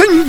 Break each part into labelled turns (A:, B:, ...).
A: and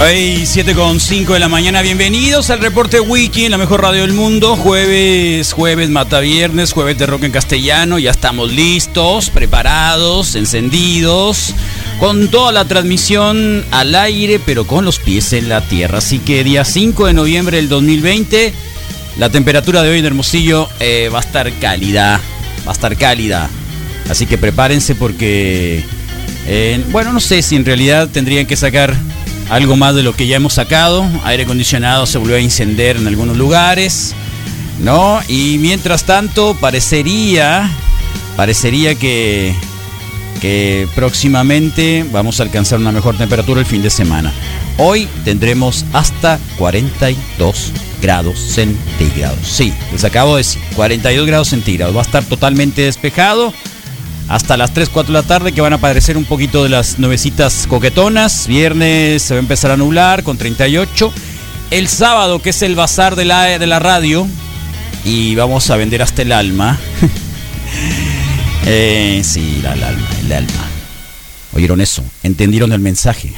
B: Hey, 7 con 5 de la mañana, bienvenidos al reporte Wiki en la mejor radio del mundo. Jueves, jueves mata viernes, jueves de rock en castellano. Ya estamos listos, preparados, encendidos, con toda la transmisión al aire, pero con los pies en la tierra. Así que día 5 de noviembre del 2020, la temperatura de hoy en Hermosillo eh, va a estar cálida, va a estar cálida. Así que prepárense porque, eh, bueno, no sé si en realidad tendrían que sacar algo más de lo que ya hemos sacado. Aire acondicionado se volvió a incendiar en algunos lugares, ¿no? Y mientras tanto, parecería, parecería que, que próximamente vamos a alcanzar una mejor temperatura el fin de semana. Hoy tendremos hasta 42 grados centígrados. Sí, les acabo de decir, 42 grados centígrados. Va a estar totalmente despejado hasta las 3, 4 de la tarde que van a aparecer un poquito de las nubecitas coquetonas. Viernes se va a empezar a nublar con 38. El sábado, que es el bazar de la, de la radio, y vamos a vender hasta el alma. Eh, sí, la, la alma, el alma. ¿Oyeron eso? ¿Entendieron el mensaje?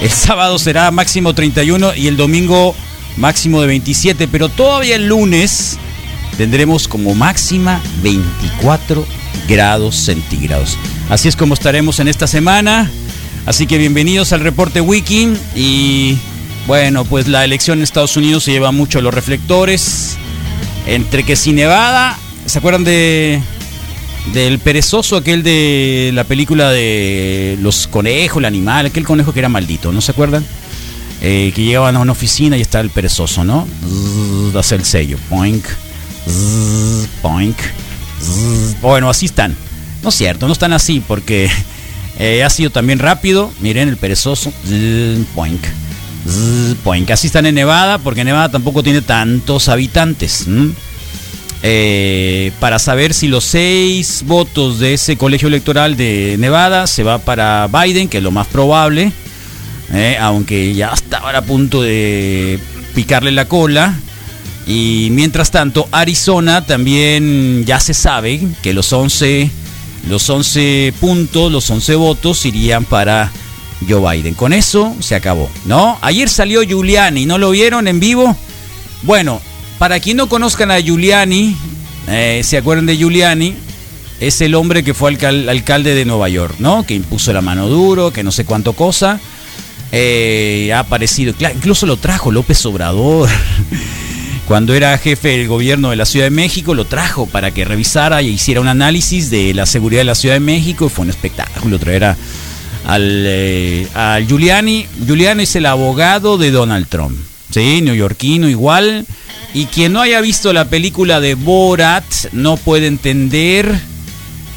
B: El sábado será máximo 31 y el domingo máximo de 27, pero todavía el lunes tendremos como máxima 24 grados centígrados. Así es como estaremos en esta semana. Así que bienvenidos al reporte Wiki. Y bueno, pues la elección en Estados Unidos se lleva mucho a los reflectores. Entre que si Nevada, ¿se acuerdan de del perezoso aquel de la película de los conejos, el animal, aquel conejo que era maldito, ¿no se acuerdan? Eh, que llegaban a una oficina y estaba el perezoso, ¿no? Zzz, Hace el sello, poink, zzz, poink. zzz. Bueno, así están. No es cierto, no están así porque eh, ha sido también rápido. Miren el perezoso, zzz, poink, zzz, poink. Así están en Nevada porque Nevada tampoco tiene tantos habitantes. ¿m? eh, para saber si los seis votos de ese colegio electoral de Nevada se va para Biden, que es lo más probable, eh, aunque ya estaban a punto de picarle la cola. Y mientras tanto, Arizona también ya se sabe que los 11, los 11 puntos, los 11 votos irían para Joe Biden. Con eso se acabó, ¿no? Ayer salió Giuliani, ¿no lo vieron en vivo? Bueno, para quien no conozcan a Giuliani, eh, se acuerdan de Giuliani, es el hombre que fue alcal- alcalde de Nueva York, ¿no? Que impuso la mano duro, que no sé cuánto cosa. Eh, ha aparecido, claro, incluso lo trajo López Obrador. Cuando era jefe del gobierno de la Ciudad de México, lo trajo para que revisara y hiciera un análisis de la seguridad de la Ciudad de México. Fue un espectáculo traer a, al, eh, al Giuliani. Giuliani es el abogado de Donald Trump. Sí, neoyorquino igual. Y quien no haya visto la película de Borat no puede entender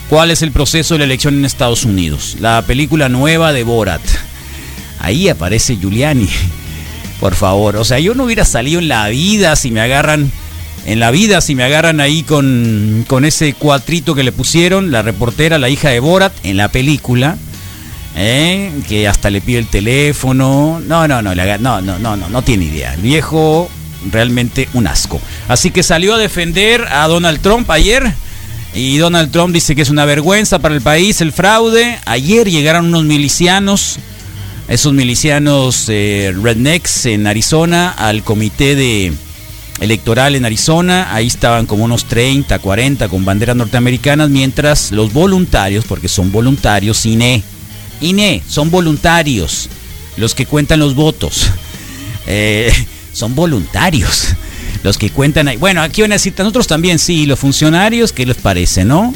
B: cuál es el proceso de la elección en Estados Unidos. La película nueva de Borat. Ahí aparece Giuliani. Por favor, o sea, yo no hubiera salido en la vida si me agarran en la vida si me agarran ahí con con ese cuatrito que le pusieron la reportera, la hija de Borat en la película. ¿eh? que hasta le pide el teléfono. No, no, no, le haga- no, no, no, no, no tiene idea. El viejo realmente un asco. Así que salió a defender a Donald Trump ayer Y Donald Trump dice que es una vergüenza para el país el fraude. Ayer llegaron unos milicianos, esos milicianos eh, rednecks en Arizona, al comité de electoral en Arizona. Ahí estaban como unos 30, 40 con banderas norteamericanas, mientras los voluntarios, porque son voluntarios, INE, INE, son voluntarios, los que cuentan los votos. Eh, son voluntarios los que cuentan ahí. Bueno, aquí van a decir, nosotros también, sí, los funcionarios, ¿qué les parece, no?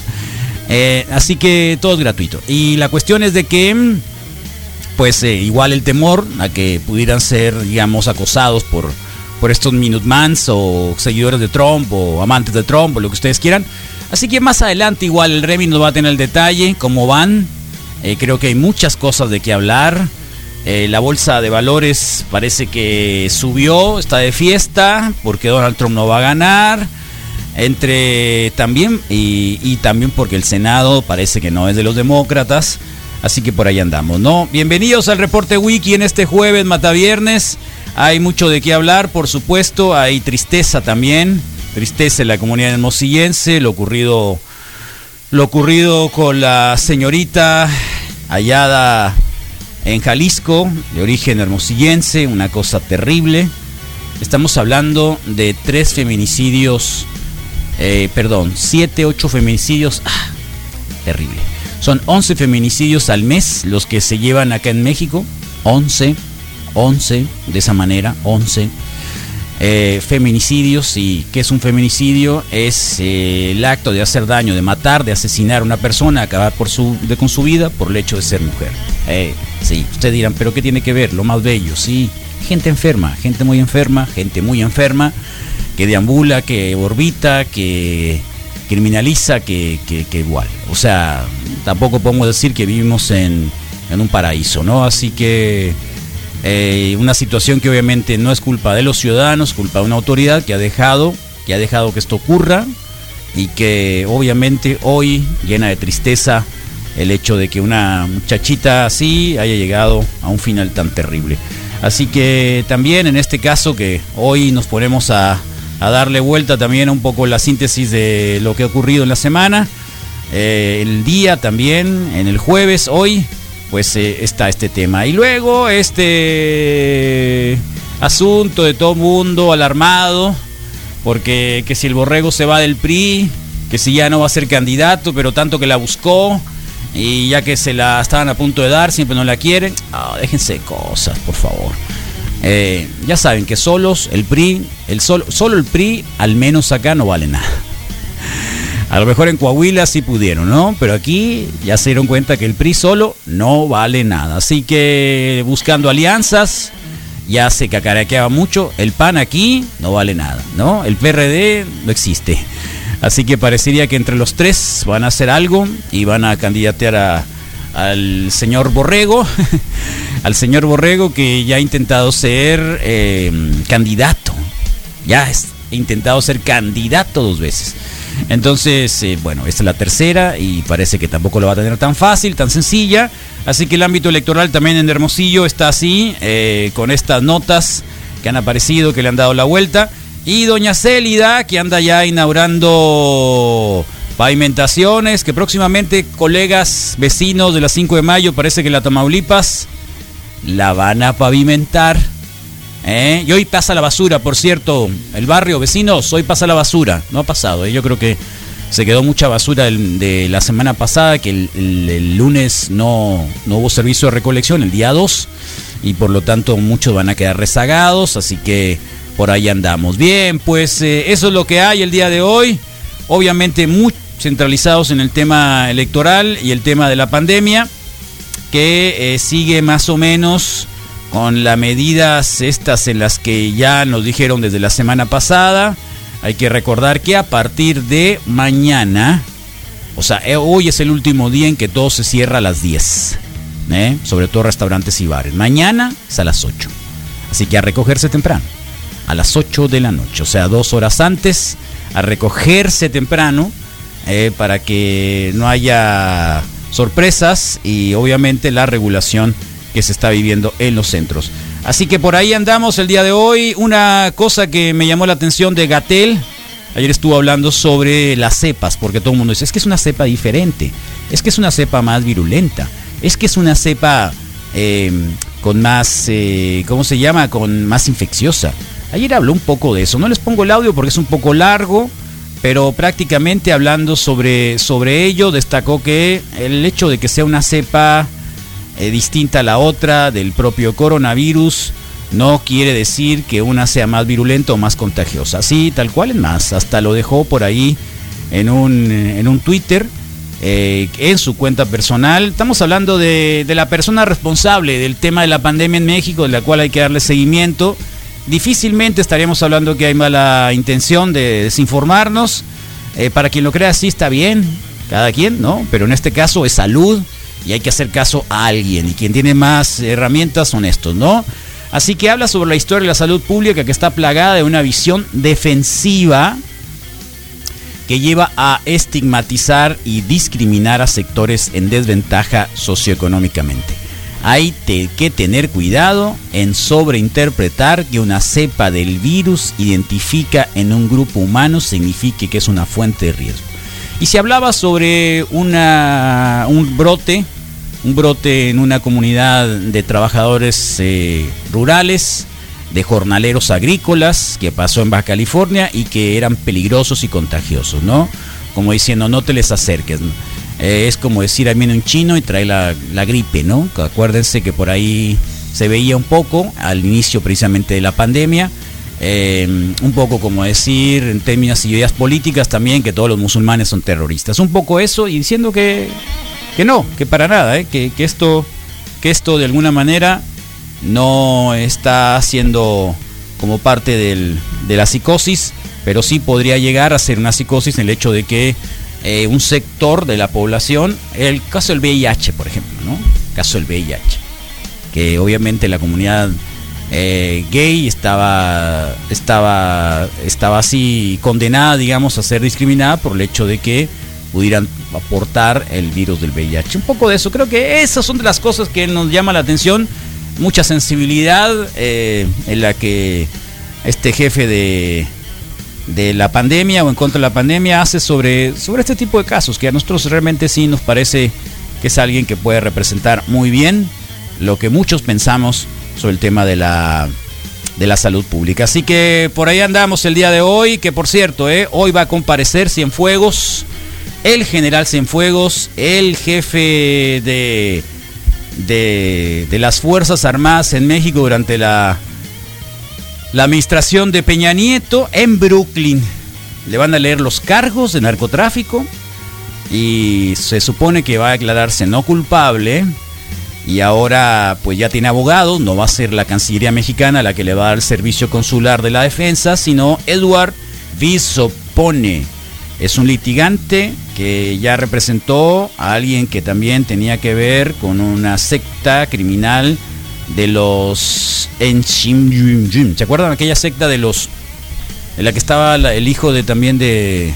B: Eh, así que todo es gratuito. Y la cuestión es de que, mm, pues eh, igual el temor a que pudieran ser, digamos, acosados por, por estos Minutemans o seguidores de Trump o amantes de Trump o lo que ustedes quieran. Así que más adelante igual el Remy nos va a tener el detalle, cómo van. Eh, creo que hay muchas cosas de qué hablar. Eh, la bolsa de valores parece que subió, está de fiesta, porque Donald Trump no va a ganar. Entre también, y, y también porque el Senado parece que no es de los demócratas. Así que por ahí andamos, ¿no? Bienvenidos al reporte Wiki en este jueves, Mataviernes. Hay mucho de qué hablar, por supuesto. Hay tristeza también. Tristeza en la comunidad hermosillense. Lo ocurrido, lo ocurrido con la señorita hallada en Jalisco, de origen hermosillense, una cosa terrible. Estamos hablando de tres feminicidios, eh, perdón, siete, ocho feminicidios, ah, terrible. Son 11 feminicidios al mes los que se llevan acá en México, 11, 11, de esa manera, 11. eh, feminicidios y qué es un feminicidio es eh, el acto de hacer daño, de matar, de asesinar a una persona, acabar por su, de, con su vida por el hecho de ser mujer. Eh, sí, ustedes dirán, pero ¿qué tiene que ver? Lo más bello, sí. Gente enferma, gente muy enferma, gente muy enferma, que deambula, que orbita, que criminaliza, que, que, que igual. O sea, tampoco podemos decir que vivimos en, en un paraíso, ¿no? Así que eh, una situación que obviamente no es culpa de los ciudadanos, culpa de una autoridad que ha dejado, que ha dejado que esto ocurra y que obviamente hoy llena de tristeza el hecho de que una muchachita así haya llegado a un final tan terrible. Así que también en este caso que hoy nos ponemos a, a darle vuelta también un poco la síntesis de lo que ha ocurrido en la semana, eh, el día también, en el jueves, hoy, pues eh, está este tema. Y luego este asunto de todo mundo alarmado, porque que si el borrego se va del PRI, que si ya no va a ser candidato, pero tanto que la buscó, y ya que se la estaban a punto de dar, siempre no la quieren. Ah, déjense de cosas, por favor. Eh, ya saben que solos el PRI, el solo, solo el PRI, al menos acá no vale nada. A lo mejor en Coahuila sí pudieron, ¿no? Pero aquí ya se dieron cuenta que el PRI solo no vale nada. Así que buscando alianzas, ya se cacarequeaba mucho. El PAN aquí no vale nada, ¿no? El PRD no existe. Así que parecería que entre los tres van a hacer algo y van a candidatear a- al señor Borrego, al señor Borrego que ya ha intentado ser eh, candidato ya es- he intentado ser candidato dos veces. Entonces, eh, bueno, esta es la tercera y parece que tampoco lo va a tener tan fácil, tan sencilla. Así que el ámbito electoral también en Hermosillo está así, eh, con estas notas que han aparecido, que le han dado la vuelta. Y doña Célida, que anda ya inaugurando pavimentaciones, que próximamente colegas vecinos de la 5 de mayo, parece que la Tamaulipas la van a pavimentar. ¿eh? Y hoy pasa la basura, por cierto, el barrio, vecinos, hoy pasa la basura. No ha pasado, ¿eh? yo creo que se quedó mucha basura del- de la semana pasada, que el, el- el lunes no, no hubo servicio de recolección, el día 2, y por lo tanto muchos van a quedar rezagados, así que por ahí andamos. Bien, pues eh, eso es lo que hay el día de hoy. Obviamente muy centralizados en el tema electoral y el tema de la pandemia que eh, sigue más o menos con las medidas estas en las que ya nos dijeron desde la semana pasada. Hay que recordar que a partir de mañana, o sea, eh, hoy es el último día en que todo se cierra a las 10, ¿eh? sobre todo restaurantes y bares. Mañana es a las 8, así que a recogerse temprano, a las 8 de la noche, o sea, dos horas antes, a recogerse temprano eh, para que no haya sorpresas y obviamente la regulación que se está viviendo en los centros. Así que por ahí andamos el día de hoy. Una cosa que me llamó la atención de Gatel, Ayer estuvo hablando sobre las cepas, porque todo el mundo dice, es que es una cepa diferente, es que es una cepa más virulenta, es que es una cepa eh, con más, eh, ¿cómo se llama? Con más infecciosa. Ayer habló un poco de eso. No les pongo el audio porque es un poco largo, pero prácticamente hablando sobre, sobre ello, destacó que el hecho de que sea una cepa eh, distinta a la otra del propio coronavirus no quiere decir que una sea más virulenta o más contagiosa. Sí, tal cual es más. Hasta lo dejó por ahí en un, en un Twitter, eh, en su cuenta personal. Estamos hablando de, de la persona responsable del tema de la pandemia en México, de la cual hay que darle seguimiento. Difícilmente estaríamos hablando que hay mala intención de desinformarnos. Eh, para quien lo crea, sí está bien, cada quien, ¿no? Pero en este caso es salud y hay que hacer caso a alguien. Y quien tiene más herramientas son estos, ¿no? Así que habla sobre la historia de la salud pública que está plagada de una visión defensiva que lleva a estigmatizar y discriminar a sectores en desventaja socioeconómicamente. Hay te- que tener cuidado en sobreinterpretar que una cepa del virus identifica en un grupo humano signifique que es una fuente de riesgo. Y se hablaba sobre una, un brote, un brote en una comunidad de trabajadores eh, rurales, de jornaleros agrícolas, que pasó en Baja California y que eran peligrosos y contagiosos, ¿no? Como diciendo, no te les acerques. ¿no? Eh, es como decir, ahí viene un chino y trae la, la gripe, ¿no? Acuérdense que por ahí se veía un poco al inicio precisamente de la pandemia. Eh, un poco como decir en términos y ideas políticas también que todos los musulmanes son terroristas. Un poco eso y diciendo que, que no, que para nada, eh, que, que, esto, que esto de alguna manera no está siendo como parte del, de la psicosis, pero sí podría llegar a ser una psicosis en el hecho de que eh, un sector de la población, el caso del VIH, por ejemplo, ¿no? El caso del VIH, que obviamente la comunidad eh, gay estaba estaba estaba así condenada digamos a ser discriminada por el hecho de que pudieran aportar el virus del VIH un poco de eso creo que esas son de las cosas que nos llama la atención mucha sensibilidad eh, en la que este jefe de de la pandemia o en contra de la pandemia hace sobre sobre este tipo de casos que a nosotros realmente sí nos parece que es alguien que puede representar muy bien lo que muchos pensamos sobre el tema de la, de la salud pública. Así que por ahí andamos el día de hoy, que por cierto, eh, hoy va a comparecer Cienfuegos, el general Cienfuegos, el jefe de, de, de las Fuerzas Armadas en México durante la, la administración de Peña Nieto en Brooklyn. Le van a leer los cargos de narcotráfico y se supone que va a declararse no culpable y ahora pues ya tiene abogado, no va a ser la Cancillería mexicana la que le va a dar el servicio consular de la defensa, sino Edward Visopone. Es un litigante que ya representó a alguien que también tenía que ver con una secta criminal de los Enchimjim. ¿Se acuerdan aquella secta de los en la que estaba el hijo de también de,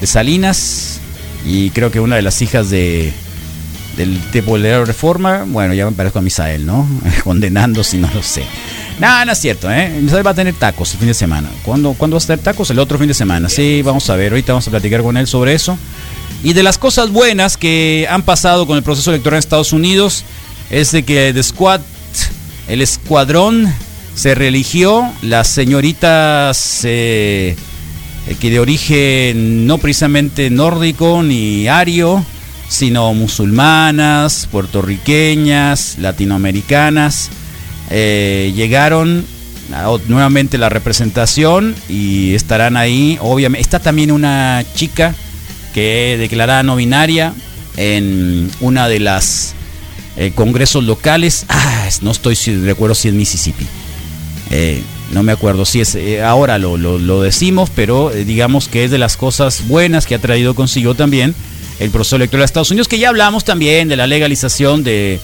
B: de Salinas y creo que una de las hijas de del tipo de la reforma, bueno, ya me parezco a Misael, ¿no? Condenando si no lo sé. Nada, no es cierto, ¿eh? Misael va a tener tacos el fin de semana. ¿Cuándo, ¿Cuándo va a tener tacos? El otro fin de semana. Sí, vamos a ver, ahorita vamos a platicar con él sobre eso. Y de las cosas buenas que han pasado con el proceso electoral en Estados Unidos es de que de squad, el escuadrón se reeligió, las señoritas... Eh, que de origen no precisamente nórdico ni ario, sino musulmanas, puertorriqueñas, latinoamericanas. Eh, llegaron a, nuevamente la representación y estarán ahí. Obviamente, está también una chica que declarada no binaria en una de las eh, congresos locales. Ah, no estoy si recuerdo si es Mississippi. Eh, no me acuerdo si es eh, ahora lo, lo, lo decimos, pero eh, digamos que es de las cosas buenas que ha traído consigo también el proceso electoral de Estados Unidos, que ya hablamos también de la legalización de,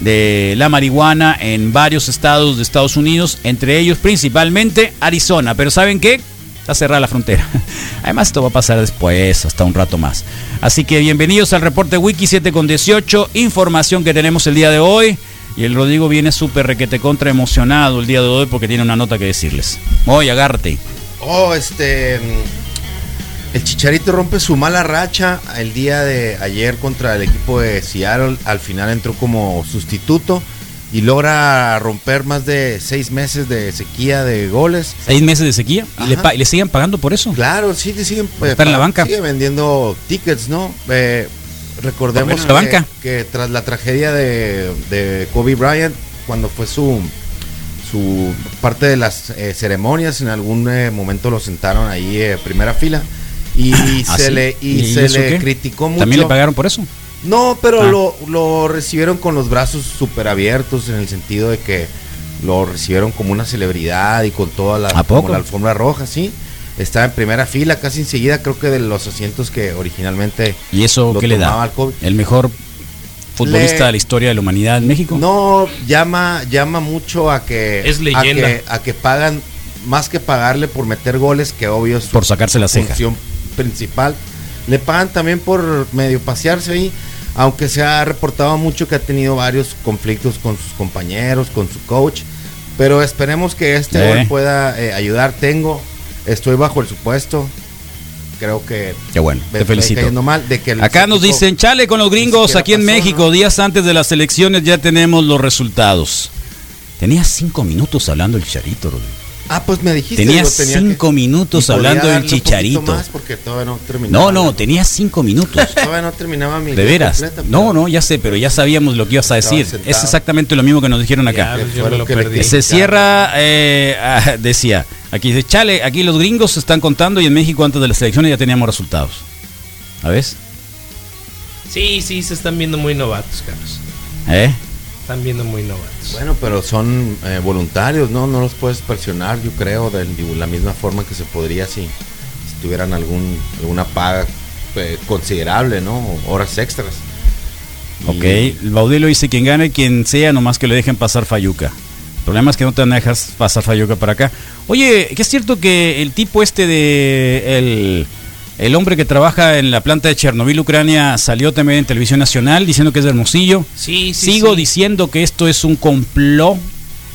B: de, la marihuana en varios estados de Estados Unidos, entre ellos principalmente Arizona. Pero ¿saben qué? Está cerrada la frontera. Además, esto va a pasar después, hasta un rato más. Así que bienvenidos al reporte Wiki 7 con 18, información que tenemos el día de hoy. Y el Rodrigo viene súper requete contra emocionado el día de hoy porque tiene una nota que decirles. Hoy, agárrate.
C: Oh, este. El Chicharito rompe su mala racha el día de ayer contra el equipo de Seattle. Al final entró como sustituto y logra romper más de seis meses de sequía de goles.
B: Seis meses de sequía y le,
C: Ajá.
B: pa- y le siguen pagando por eso.
C: Claro, sí, te siguen. eh,
B: Por estar en la banca.
C: Sigue vendiendo tickets, ¿no? Eh, recordemos
B: Por ver en la
C: que,
B: banca.
C: que tras la tragedia de, de Kobe Bryant, cuando fue su, su parte de las eh, ceremonias, en algún eh, momento lo sentaron ahí eh, primera fila. Y
B: ¿Ah,
C: se
B: sí?
C: le, y
B: ¿Y
C: se
B: eso
C: le
B: qué?
C: criticó mucho.
B: También le pagaron por eso.
C: No, pero
B: Ah.
C: lo, lo recibieron con los brazos súper abiertos en el sentido de que lo recibieron como una celebridad y con toda la,
B: ¿A
C: como
B: poco?
C: la alfombra roja, sí. Estaba en primera fila, casi enseguida, creo que de los asientos que originalmente.
B: ¿Y eso
C: lo
B: qué le
C: tomaba
B: da?
C: el COVID.
B: ¿El mejor futbolista
C: Le-
B: de la historia de la humanidad en México?
C: No, llama, llama mucho a que.
D: Es
C: A
D: leyenda.
C: que, a que pagan, más que pagarle por meter goles, que obvio es su
B: Por sacarse la ceja.
C: función principal. Le pagan también por medio pasearse ahí, aunque se ha reportado mucho que ha tenido varios conflictos con sus compañeros, con su coach. Pero esperemos que este
B: Sí.
C: gol pueda eh, ayudar. Tengo, estoy bajo el supuesto. Creo que
B: Qué bueno, te
C: me estoy
B: felicito.
C: cayendo mal de que el
B: Acá nos
C: equipo-
B: dicen, chale con los
C: ni
B: gringos,
C: siquiera
B: aquí en
C: pasó,
B: México,
C: ¿no?
B: días antes de las elecciones ya tenemos los resultados. Tenía cinco minutos hablando el Chicharito, Rodrigo.
C: Ah, pues me dijiste.
B: Tenía
C: yo tenía
B: cinco minutos
C: y podía
B: hablando del
C: darle un poquito
B: Chicharito.
C: más porque todavía no terminaba.
B: No, no, tenía cinco minutos.
C: Todavía no terminaba mi.
B: De veras.
C: completa,
B: No,
C: pero-
B: no, ya sé, pero ya sabíamos lo que ibas a
C: Estaba
B: decir.
C: sentado.
B: Es exactamente lo mismo que nos dijeron acá.
D: Ya, yo
C: Fue
D: me
C: lo
D: lo
C: que le
D: perdí.
C: quité.
B: Se cierra, eh, ah, decía, aquí dice, chale, aquí los gringos están contando y en México antes de las elecciones ya teníamos resultados. ¿A ves?
D: Sí, sí, se están viendo muy novatos, Carlos.
B: ¿Eh?
D: Están viendo muy novatos.
C: Bueno, pero son eh, voluntarios, ¿no? No los puedes presionar, yo creo, de la misma forma que se podría si, si tuvieran algún, alguna paga eh, considerable, ¿no? Horas extras. Y-
B: Ok, el Baudelo dice, quien gane, quien sea, nomás que le dejen pasar Fayuca. El problema es que no te van a dejar pasar Fayuca para acá. Oye, que es cierto que el tipo este de... El, el hombre que trabaja en la planta de Chernobyl, Ucrania, salió también en televisión nacional diciendo que es de Hermosillo.
D: Sí, sí,
B: Sigo
D: sí.
B: diciendo que esto es un complot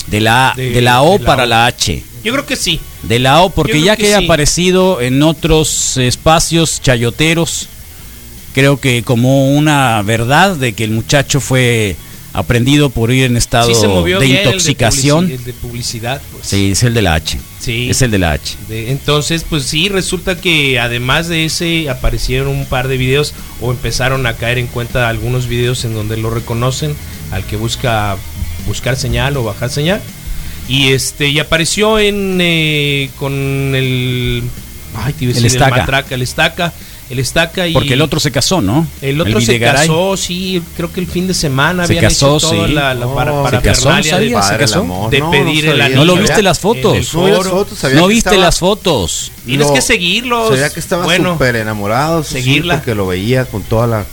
B: de la,
D: De-
B: de la O
D: de la
B: para
D: O.
B: la H.
D: Yo creo que sí.
B: De la O, porque
D: Yo creo
B: ya que,
D: que
B: haya
D: sí.
B: aparecido en otros espacios chayoteros, creo que como una verdad de que el muchacho fue aprendido por ir en estado
D: Sí se movió
B: de
D: bien el
B: intoxicación.
D: publici- El de publicidad, pues.
B: sí, es el de la H.
D: Sí.
B: Es el de la H.
D: De- entonces, pues sí, resulta que además de ese aparecieron un par de videos o empezaron a caer en cuenta algunos videos en donde lo reconocen al que busca buscar señal o bajar señal. Y este y apareció en eh, con el ay, te iba a
B: El
D: decir, el
B: estaca.
D: matraca, el estaca, el estaca y
B: Porque el otro se casó, ¿no?
D: el otro se
B: Videgaray.
D: casó, sí, creo que el fin de semana
B: Se
D: habían
B: casó,
D: hecho toda
B: sí.
D: la, la
C: Oh,
D: para,
C: se
D: para
B: casó, no
D: parafernalia de-
B: sabía, se
C: Padre el
B: casó.
C: amor.
D: de
C: No,
D: pedir
C: no
D: el
C: sabía.
D: anillo.
B: ¿No lo viste
C: Sabía-
B: las fotos?
C: No vi las fotos, sabía
B: ¿No
C: que
B: viste
C: estaba-
B: las fotos?
D: Tienes
C: lo-
D: que seguirlos.
C: Sabía que estaba
D: bueno,
C: súper enamorado, sí,
D: seguirla.
C: porque lo veía con toda la.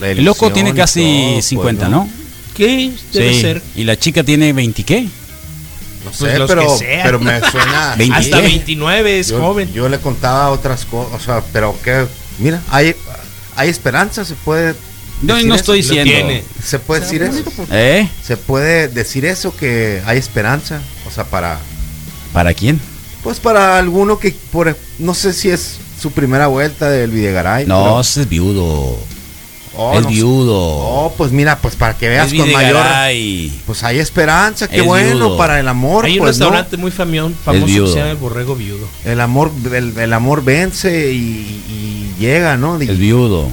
C: la
B: El loco
C: ilusión
B: tiene
C: y
B: casi
C: todo, pues,
B: 50, ¿no?
D: ¿Qué? Debe
B: Sí.
D: ser.
B: Y la chica tiene 20, ¿qué?
C: No
D: Pues
C: sé,
D: los
C: pero,
D: que sean.
C: pero me suena.
B: Veinte.
C: así.
D: Hasta 29 es
C: yo,
D: joven.
C: Yo le contaba otras cosas, o sea, pero que, mira, hay, hay esperanza, se puede.
B: No,
C: decir
B: no
C: eso?
B: estoy diciendo.
D: tiene.
C: Se puede decir eso.
B: ¿Eh?
C: Se puede decir eso que hay esperanza, o sea, para,
B: ¿Para quién?
C: pues para alguno que por, no sé si es su primera vuelta del Videgaray.
B: No,
C: pero-
B: ese es viudo.
C: oh,
B: es
C: no sé.
B: viudo.
C: Oh, pues mira, pues para que veas
B: Es
C: con mayor,
B: Videgaray.
C: pues hay esperanza, qué
B: Es
C: bueno
B: viudo.
C: para el amor,
D: Hay un
C: pues ¿no?
D: restaurante muy famión- famoso que
B: viudo.
D: se llama El Borrego Viudo.
C: El amor, el, el amor vence y, y llega, ¿no?
B: Es
C: Y-
B: viudo.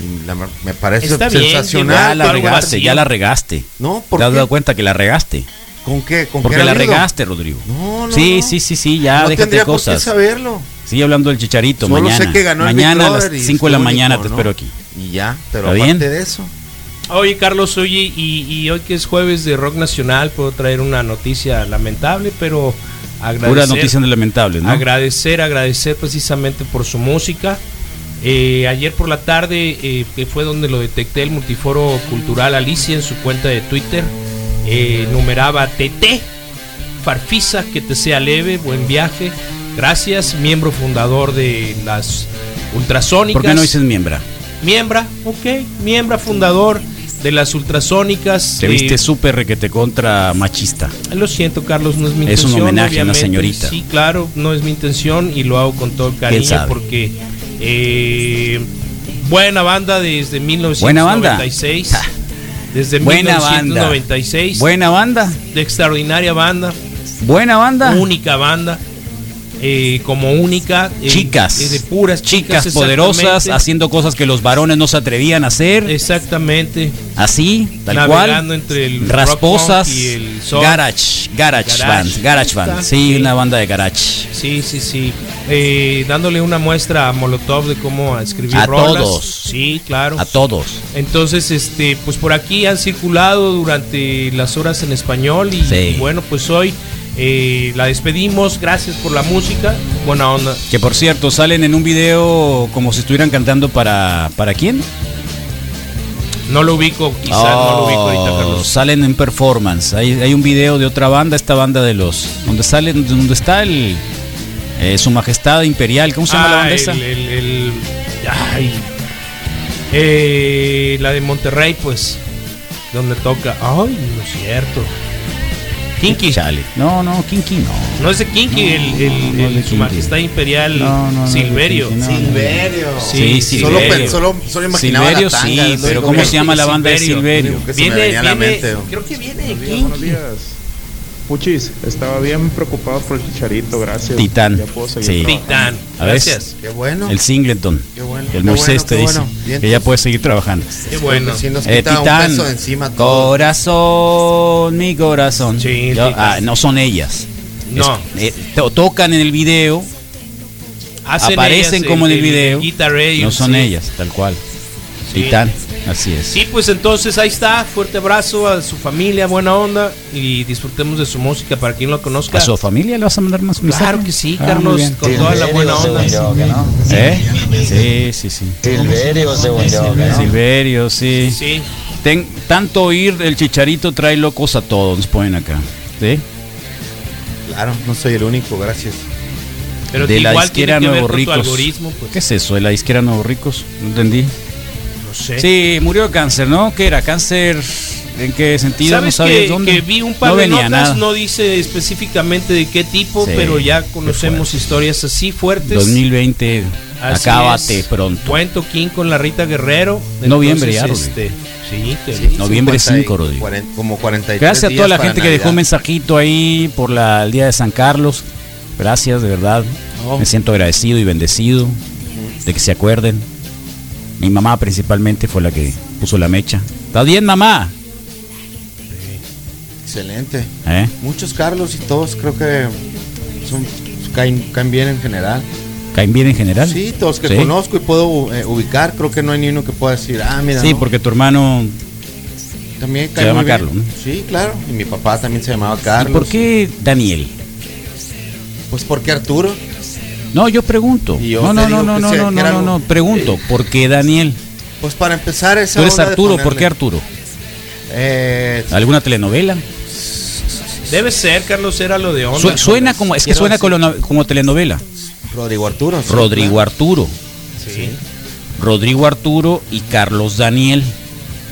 C: y la- me parece
D: Está bien,
B: Ya
C: sensacional.
D: igual,
B: la
D: algo
B: regaste,
D: así.
B: ya la regaste.
C: No,
B: ¿Te
C: ¿por
B: has
C: qué?
B: dado cuenta que la regaste?
C: ¿Con qué? ¿Con
B: Porque
C: qué
B: la
C: ha habido?
B: regaste, Rodrigo.
C: No, no,
B: sí,
C: no.
B: sí, sí, sí, ya
C: no
B: déjate
C: tendría
B: de
C: por qué
B: cosas.
C: saberlo.
B: Sigue hablando del chicharito
C: Solo
B: mañana.
C: sé que ganó el
B: mañana a
C: Big
B: las
C: Brother y
B: 5 de la
C: estuvo
B: mañana
C: único,
B: te
C: ¿no?
B: espero aquí.
C: Y ya, pero
B: ¿Está
C: aparte
B: bien?
C: de eso.
D: Oye, Carlos, oye, y, y hoy que es jueves de rock nacional, puedo traer una noticia lamentable, pero agradecer.
B: Puras noticias lamentables, ¿no?
D: Agradecer, agradecer precisamente por su música. Eh, ayer por la tarde, eh, que fue donde lo detecté, el multiforo cultural Alicia en su cuenta de Twitter, eh, numeraba TT, Farfisa, que te sea leve, buen viaje. Gracias, miembro fundador de las Ultrasónicas.
B: ¿Por qué no dices miembra?
D: Miembra, ok, miembra fundador de las ultrasónicas.
B: Te
D: eh,
B: viste súper requete contra machista.
D: Lo siento, Carlos, no es mi intención.
B: Es un homenaje a una
D: obviamente.
B: señorita.
D: Sí, claro, no es mi intención y lo hago con todo el
B: Él
D: cariño
B: sabe.
D: porque eh, buena banda desde
B: Buena banda.
D: 1996. Desde
B: Buena banda.
D: 1996.
B: Buena banda.
D: de extraordinaria banda,
B: Buena banda.
D: única banda. eh, como única. eh,
B: chicas.
D: eh, de puras chicas.
B: Chicas poderosas
D: exactamente.
B: haciendo cosas que los varones no se atrevían a hacer.
D: Exactamente.
B: así, tal
D: Navegando
B: cual.
D: entre el rock
B: rasposas.
D: punk y el soul.
B: garage, garage.
D: Garage.
B: band. Garage band. Sí,
D: Sí.
B: una banda de garage.
D: Sí, sí, sí. Eh, dándole una muestra a Molotov de cómo escribir
B: A
D: rolas.
B: todos.
D: Sí, claro.
B: A todos.
D: Entonces, este, pues por aquí han circulado durante las horas en español y,
B: Sí.
D: y bueno, pues hoy eh, la despedimos. Gracias por la música. Buena onda.
B: Que por cierto, salen en un video como si estuvieran cantando para. ¿Para quién?
D: No lo ubico, quizás no lo ubico ahorita,
B: Oh,
D: Carlos.
B: Salen en performance. Hay, hay un video de otra banda, esta banda de los. Donde salen, donde está el. eh, Su Majestad Imperial. ¿Cómo se llama la
D: Ah,
B: banda
D: el-
B: esa?
D: el- el- ay. Eh, la de Monterrey, pues, donde toca. Ay, no es cierto. Kinky.
B: Chale. No, no, Kinky no.
D: No es de Kinky, el, el-
B: no es de
D: el- su
B: Kinky.
D: majestad imperial
B: No, no, no es de
D: Silverio.
B: Kinky, no.
C: Silverio.
B: Sí, sí,
C: Solo,
B: Silverio.
C: pe- solo, solo imaginaba
B: Silverio,
C: la tanga,
B: sí,
C: es lo
B: pero
C: único
B: ¿cómo
C: que-
B: se llama la banda de
D: Silverio.
B: Silverio?
C: que se me venía a la mente.
D: creo que viene de
E: Buenos
D: Kinky.
E: días. Puchis, estaba bien preocupado por el chicharito, gracias.
B: Titán.
E: Ya puedo seguir
B: Sí.
E: trabajando.
D: Titán.
B: A ver.
D: Gracias.
C: Qué bueno.
B: El Singleton.
C: Qué bueno,
B: El
C: qué
B: Moisés
C: bueno,
B: te
C: qué
B: dice
C: bueno. Bien,
B: que ya
C: entonces.
B: puede seguir trabajando.
D: Qué bueno.
C: Sí nos
B: Eh,
C: quita un
B: Titán.
C: peso de encima todo.
B: corazón, mi corazón.
D: Sí,
B: Yo-
D: Titán.
B: ah, no son ellas.
D: No.
B: Es- eh, to- tocan en el video,
D: Hacen
B: aparecen
D: ellas
B: como en el, video.
D: Guitar Hero,
B: no son
D: sí.
B: ellas, tal cual.
D: Sí.
B: Titán, así es.
D: Sí, pues entonces ahí está. Fuerte abrazo a su familia, buena onda. Y disfrutemos de su música para quien lo conozca.
B: ¿A su familia le vas a mandar más mensajes?
D: Claro que sí,
B: Ah,
D: Carlos,
B: muy bien.
D: con toda la buena onda.
B: ¿Eh? Sí, sí, sí.
F: Silverio, según yo. ¿no?
B: Silverio, sí.
D: Sí.
B: Ten- tanto oír el chicharito trae locos a todos, nos ponen acá. ¿Sí?
C: Claro, no soy el único, gracias.
D: Pero
B: de la
D: igual
B: izquierda
D: tiene
B: a
D: que
B: Nuevos
D: ver con tu
B: Ricos.
D: algoritmo,
B: ¿Qué
D: pues.
B: es eso? ¿De la izquierda a Nuevos Ricos? No entendí.
D: No sé.
B: Sí, murió de cáncer, ¿no? ¿Qué era? ¿Cáncer? ¿En qué sentido?
D: ¿Sabes
B: no sabía
D: que,
B: dónde.
D: que vi un par
B: no
D: de
B: venía
D: notas,
B: nada.
D: no dice específicamente de qué tipo,
B: Sí,
D: pero ya
B: qué
D: conocemos
B: fuerte.
D: historias así fuertes.
B: 2020,
D: Así
B: acábate
D: es.
B: pronto.
D: Buen toquín con la Rita Guerrero.
B: Noviembre ya, Rodri.
D: este, sí, que-
B: Noviembre
C: 50 y
B: 5, Rodrigo.
C: cuaren- Como 43
B: Gracias a
C: días
B: toda la
C: para
B: gente que dejó un
C: Navidad.
B: mensajito ahí por la, el Día de San Carlos. Gracias, de verdad.
D: Oh.
B: Me siento agradecido y bendecido de que se acuerden. Mi mamá principalmente fue la que puso la mecha. ¿Está bien, mamá?
C: Excelente.
B: ¿Eh?
C: Muchos Carlos y todos creo que son, caen, caen bien en general.
B: ¿Caen bien en general?
C: Sí, todos que
B: Sí.
C: conozco y puedo eh, ubicar, creo que no hay ni uno que pueda decir, ah, mira.
B: Sí,
C: no,
B: porque tu hermano...
C: también
B: se
C: cae
B: llama
C: muy bien.
B: Carlos, ¿no?
C: Sí, claro. Y mi papá también se llamaba
B: ¿Y
C: Carlos.
B: por qué Daniel?
C: Pues porque Arturo.
B: No, yo pregunto.
C: Y yo
B: no,
C: te
B: no,
C: digo
B: no, no,
C: que
B: no,
C: sea-
B: no,
C: que era
B: no, no,
C: algo-
B: pregunto. ¿Por qué Daniel?
C: Pues para empezar esa
B: ¿Tú eres
C: onda de
B: Arturo? ¿Por
C: ponerle-
B: qué Ah. Arturo?
C: Eh,
B: ¿Alguna telenovela?
D: Debe ser, Carlos, era lo de onda.
B: Su- suena como, es que
C: Quiero
B: suena
C: decir-
B: como, como telenovela.
C: Rodrigo Arturo. sí,
B: Rodrigo
C: claro.
B: Arturo.
D: Sí,
B: Rodrigo Arturo y Carlos Daniel.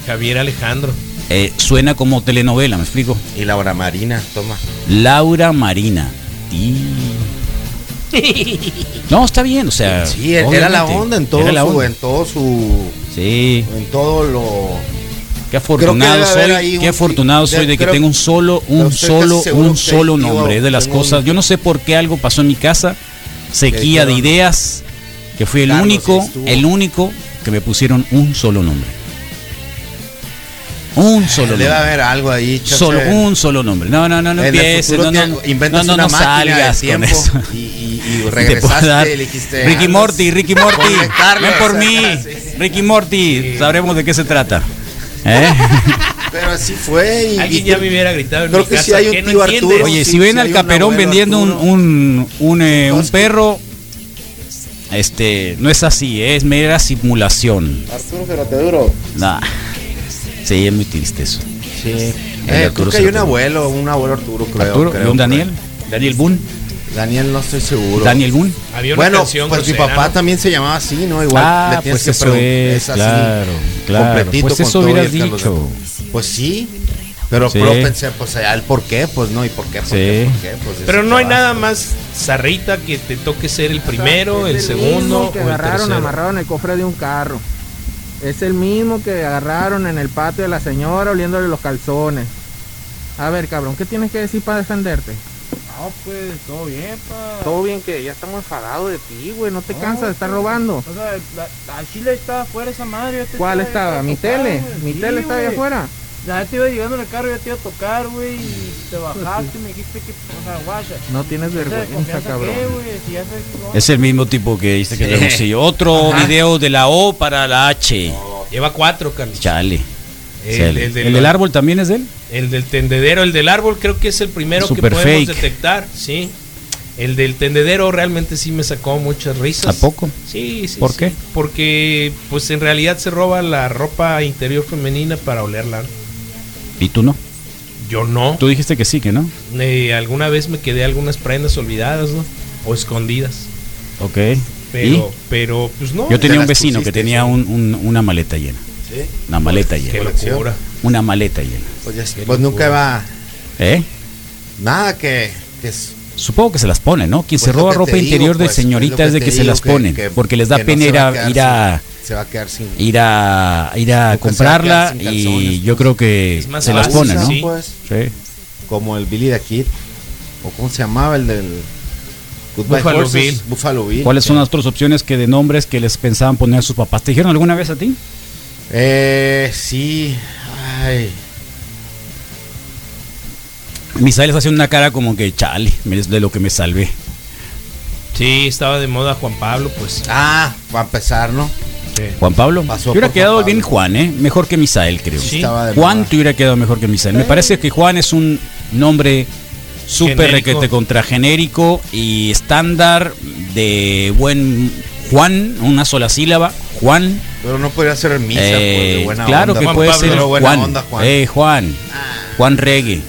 D: Javier Alejandro.
B: Eh, suena como telenovela, ¿me explico?
C: Y Laura Marina, toma.
B: Laura Marina. Y- No, está bien, o sea.
C: Sí, era era la
B: obviamente,
C: onda en todo,
B: era la
C: su,
B: onda.
C: en todo su,
B: Sí,
C: en todo lo,
B: qué
C: Creo que debe
B: afortunado
C: haber
B: soy,
C: ahí
B: qué
C: un-
B: afortunado
C: de-
B: soy de que
C: creo-
B: tengo un solo,
C: pero
B: un
C: estoy casi
B: solo,
C: seguro
B: un
C: que
B: solo
C: iba-
B: nombre es de las
C: tengo un-
B: cosas. Yo no sé por qué algo pasó en mi casa, sequía de
C: dijeron,
B: ideas, que fui el
C: Carlos,
B: único,
C: estuvo.
B: el único que me pusieron un solo nombre. Un solo nombre.
C: Debe haber algo ahí. chacha.
B: Solo un solo nombre. No, no, no, no
C: En el
B: empieces. No,
C: futuro
B: no,
C: te inventas
B: no, no,
C: una
B: no
C: máquina de
B: salgas con
C: tiempo
B: eso.
C: y- y- y
B: Te puedo
C: regresaste
B: dar,
C: y le dijiste,
B: Ricky
C: "Carlos,
B: Morty, Ricky Morty,
C: ponle Carlos".
B: ven por mí.
C: Sí.
B: Ricky Morty, sabremos de qué se trata. ¿Eh?
C: Pero así fue. Y,
D: Alguien
C: y-
D: ya me hubiera gritado en
C: Creo
D: mi
C: que
D: casa,
C: sí hay un
D: ¿qué no
C: tío
D: entiendes?
C: Arturo.
B: Oye,
C: Sí,
B: si ven
C: sí
B: al
C: hay un
B: caperón
C: abuelo
B: vendiendo un,
C: Arturo.
B: un, un, eh, un
C: Entonces,
B: perro, este, no es así, es mera simulación.
E: Arturo, pero te duro.
B: Nah. Sí, es muy triste eso.
C: Sí. Eh,
B: Arturo
C: creo que
B: se
C: hay
B: lo
C: un
B: tomó.
C: abuelo, un abuelo Arturo, creo.
B: Arturo,
C: creo,
B: ¿y un Daniel?
C: creo.
B: Daniel Boone.
C: Daniel, no estoy seguro.
B: Daniel Boone.
D: Había una
C: Bueno,
D: canción
C: pues mi
D: grosera,
C: papá
D: ¿no?
C: también se llamaba así, ¿no? Igual
B: ah,
C: le tienes
B: pues
C: que
B: eso
C: preguntar,
B: es,
C: así.
B: claro, Claro,
C: completito.
B: pues
C: con
B: eso
C: todo y el
B: hubieras
C: Carlos
B: dicho.
C: Gato. Pues sí, pero
B: Sí.
C: pero pensé, pues allá el por qué, pues no, y por qué, por
B: Sí.
C: qué, por qué, pues,
D: Pero
C: eso
D: no hay
C: te vas,
D: nada
C: pues.
D: más zarrita que te toque ser el primero, el segundo
G: que
D: o el
G: agarraron
D: tercero.
G: amarraron el cofre de un carro. Es el mismo que agarraron en el patio de la señora oliéndole los calzones. A ver, cabrón, ¿qué tienes que decir para defenderte?
H: No, pues, todo bien, pa. pues,
G: Todo bien que ya estamos enfadados de ti, güey. No te cansas de estar robando.
H: O sea, la, la chile estaba afuera esa madre. yo te
G: ¿Cuál
H: iba a
G: estaba? ¿Mi
H: tocar,
G: tele?
H: güey.
G: ¿Mi
H: Sí,
G: tele estaba ahí
H: güey.
G: afuera?
H: Ya te iba llegando en el carro, yo te iba a tocar, güey. Y te bajaste, me dijiste que. O sea, guacha.
G: No tienes
H: ¿Esa
G: vergüenza,
H: desconfianza
G: cabrón.
H: qué, güey? Si ya sabes que-
B: Es el mismo tipo que dice que
C: Sí.
B: le gusta. Y Otro video de la O para la H.
D: Lleva cuatro, Carlos.
B: Chale.
D: El,
B: Chale. El,
D: el del,
B: del árbol también es de él.
D: el del tendedero, el del árbol creo que es el primero
B: Super
D: que podemos
B: fake.
D: detectar, sí. El del tendedero realmente sí me sacó muchas risas.
B: ¿A poco?
D: Sí, sí.
B: ¿Por
D: sí.
B: qué?
D: Porque pues en realidad se roba la ropa interior femenina para olerla.
B: Y tú no.
D: Yo no.
B: Tú dijiste que sí, que no.
D: Eh, alguna vez me quedé algunas prendas olvidadas, ¿no? O escondidas.
B: Ok.
D: Pero, pero, pues no.
B: Yo
C: te
B: tenía un
C: las
B: vecino que
C: pusiste,
B: tenía
C: sí.
B: un- un- una maleta llena.
C: Sí,
B: Una maleta
D: Qué
B: llena.
C: colección.
D: locura.
B: Una maleta llena.
C: Pues, ya- pues nunca va
B: ¿Eh?
C: nada que, que es-
B: Supongo que se las ponen, ¿no? Quien se
C: pues, lo
B: roba
C: que
B: ropa
C: te
B: interior
C: digo,
B: de
C: pues,
B: señorita es
C: lo
B: de que,
C: te
B: se
C: digo,
B: las ponen.
C: que-
B: porque les da
C: que no
B: pena
C: se
B: ir
C: va
B: a,
C: quedar
B: ir a
C: sin- se va a quedar sin
B: ir a ir a
C: Nunca se va a
B: comprarla
C: quedar sin calzones,
B: y yo creo que
D: Es más
B: se las
D: fácil,
B: ponen, ¿no?
D: sí.
C: Pues,
B: Sí.
C: como el Billy the Kid o cómo se llamaba el del Goodbye
D: Buffalo
C: Horses,
D: Bill.
C: Buffalo Bill.
B: ¿Cuáles son las otras opciones que de nombres que les pensaban poner a sus papás? ¿Te dijeron alguna vez a ti?
C: Eh, sí. Ay,
B: Misael hace una cara como que chale, me- es de lo que me salvé.
D: Sí, estaba de moda Juan Pablo, pues.
C: ah, para empezar, ¿no?
B: Juan Pablo.
C: Pasó
B: Te hubiera
C: por
B: quedado
C: Juan
B: bien
C: Pablo.
B: Juan, ¿eh? Mejor que Misael, creo.
D: Sí.
C: Estaba de
B: Juan
C: moda.
B: te hubiera quedado mejor que Misael. Me parece que Juan es un nombre súper
D: Genérico.
B: requete contra genérico y estándar de buen Juan, una sola sílaba, Juan.
C: Pero no podría ser en misa, pues,
B: Eh,
C: de buena
B: claro
C: onda.
B: que
C: Juan
B: puede
C: Pablo,
B: ser
C: pero buena
B: Juan.
C: onda, Juan. Ah.
B: Eh, Juan. Juan Reggae.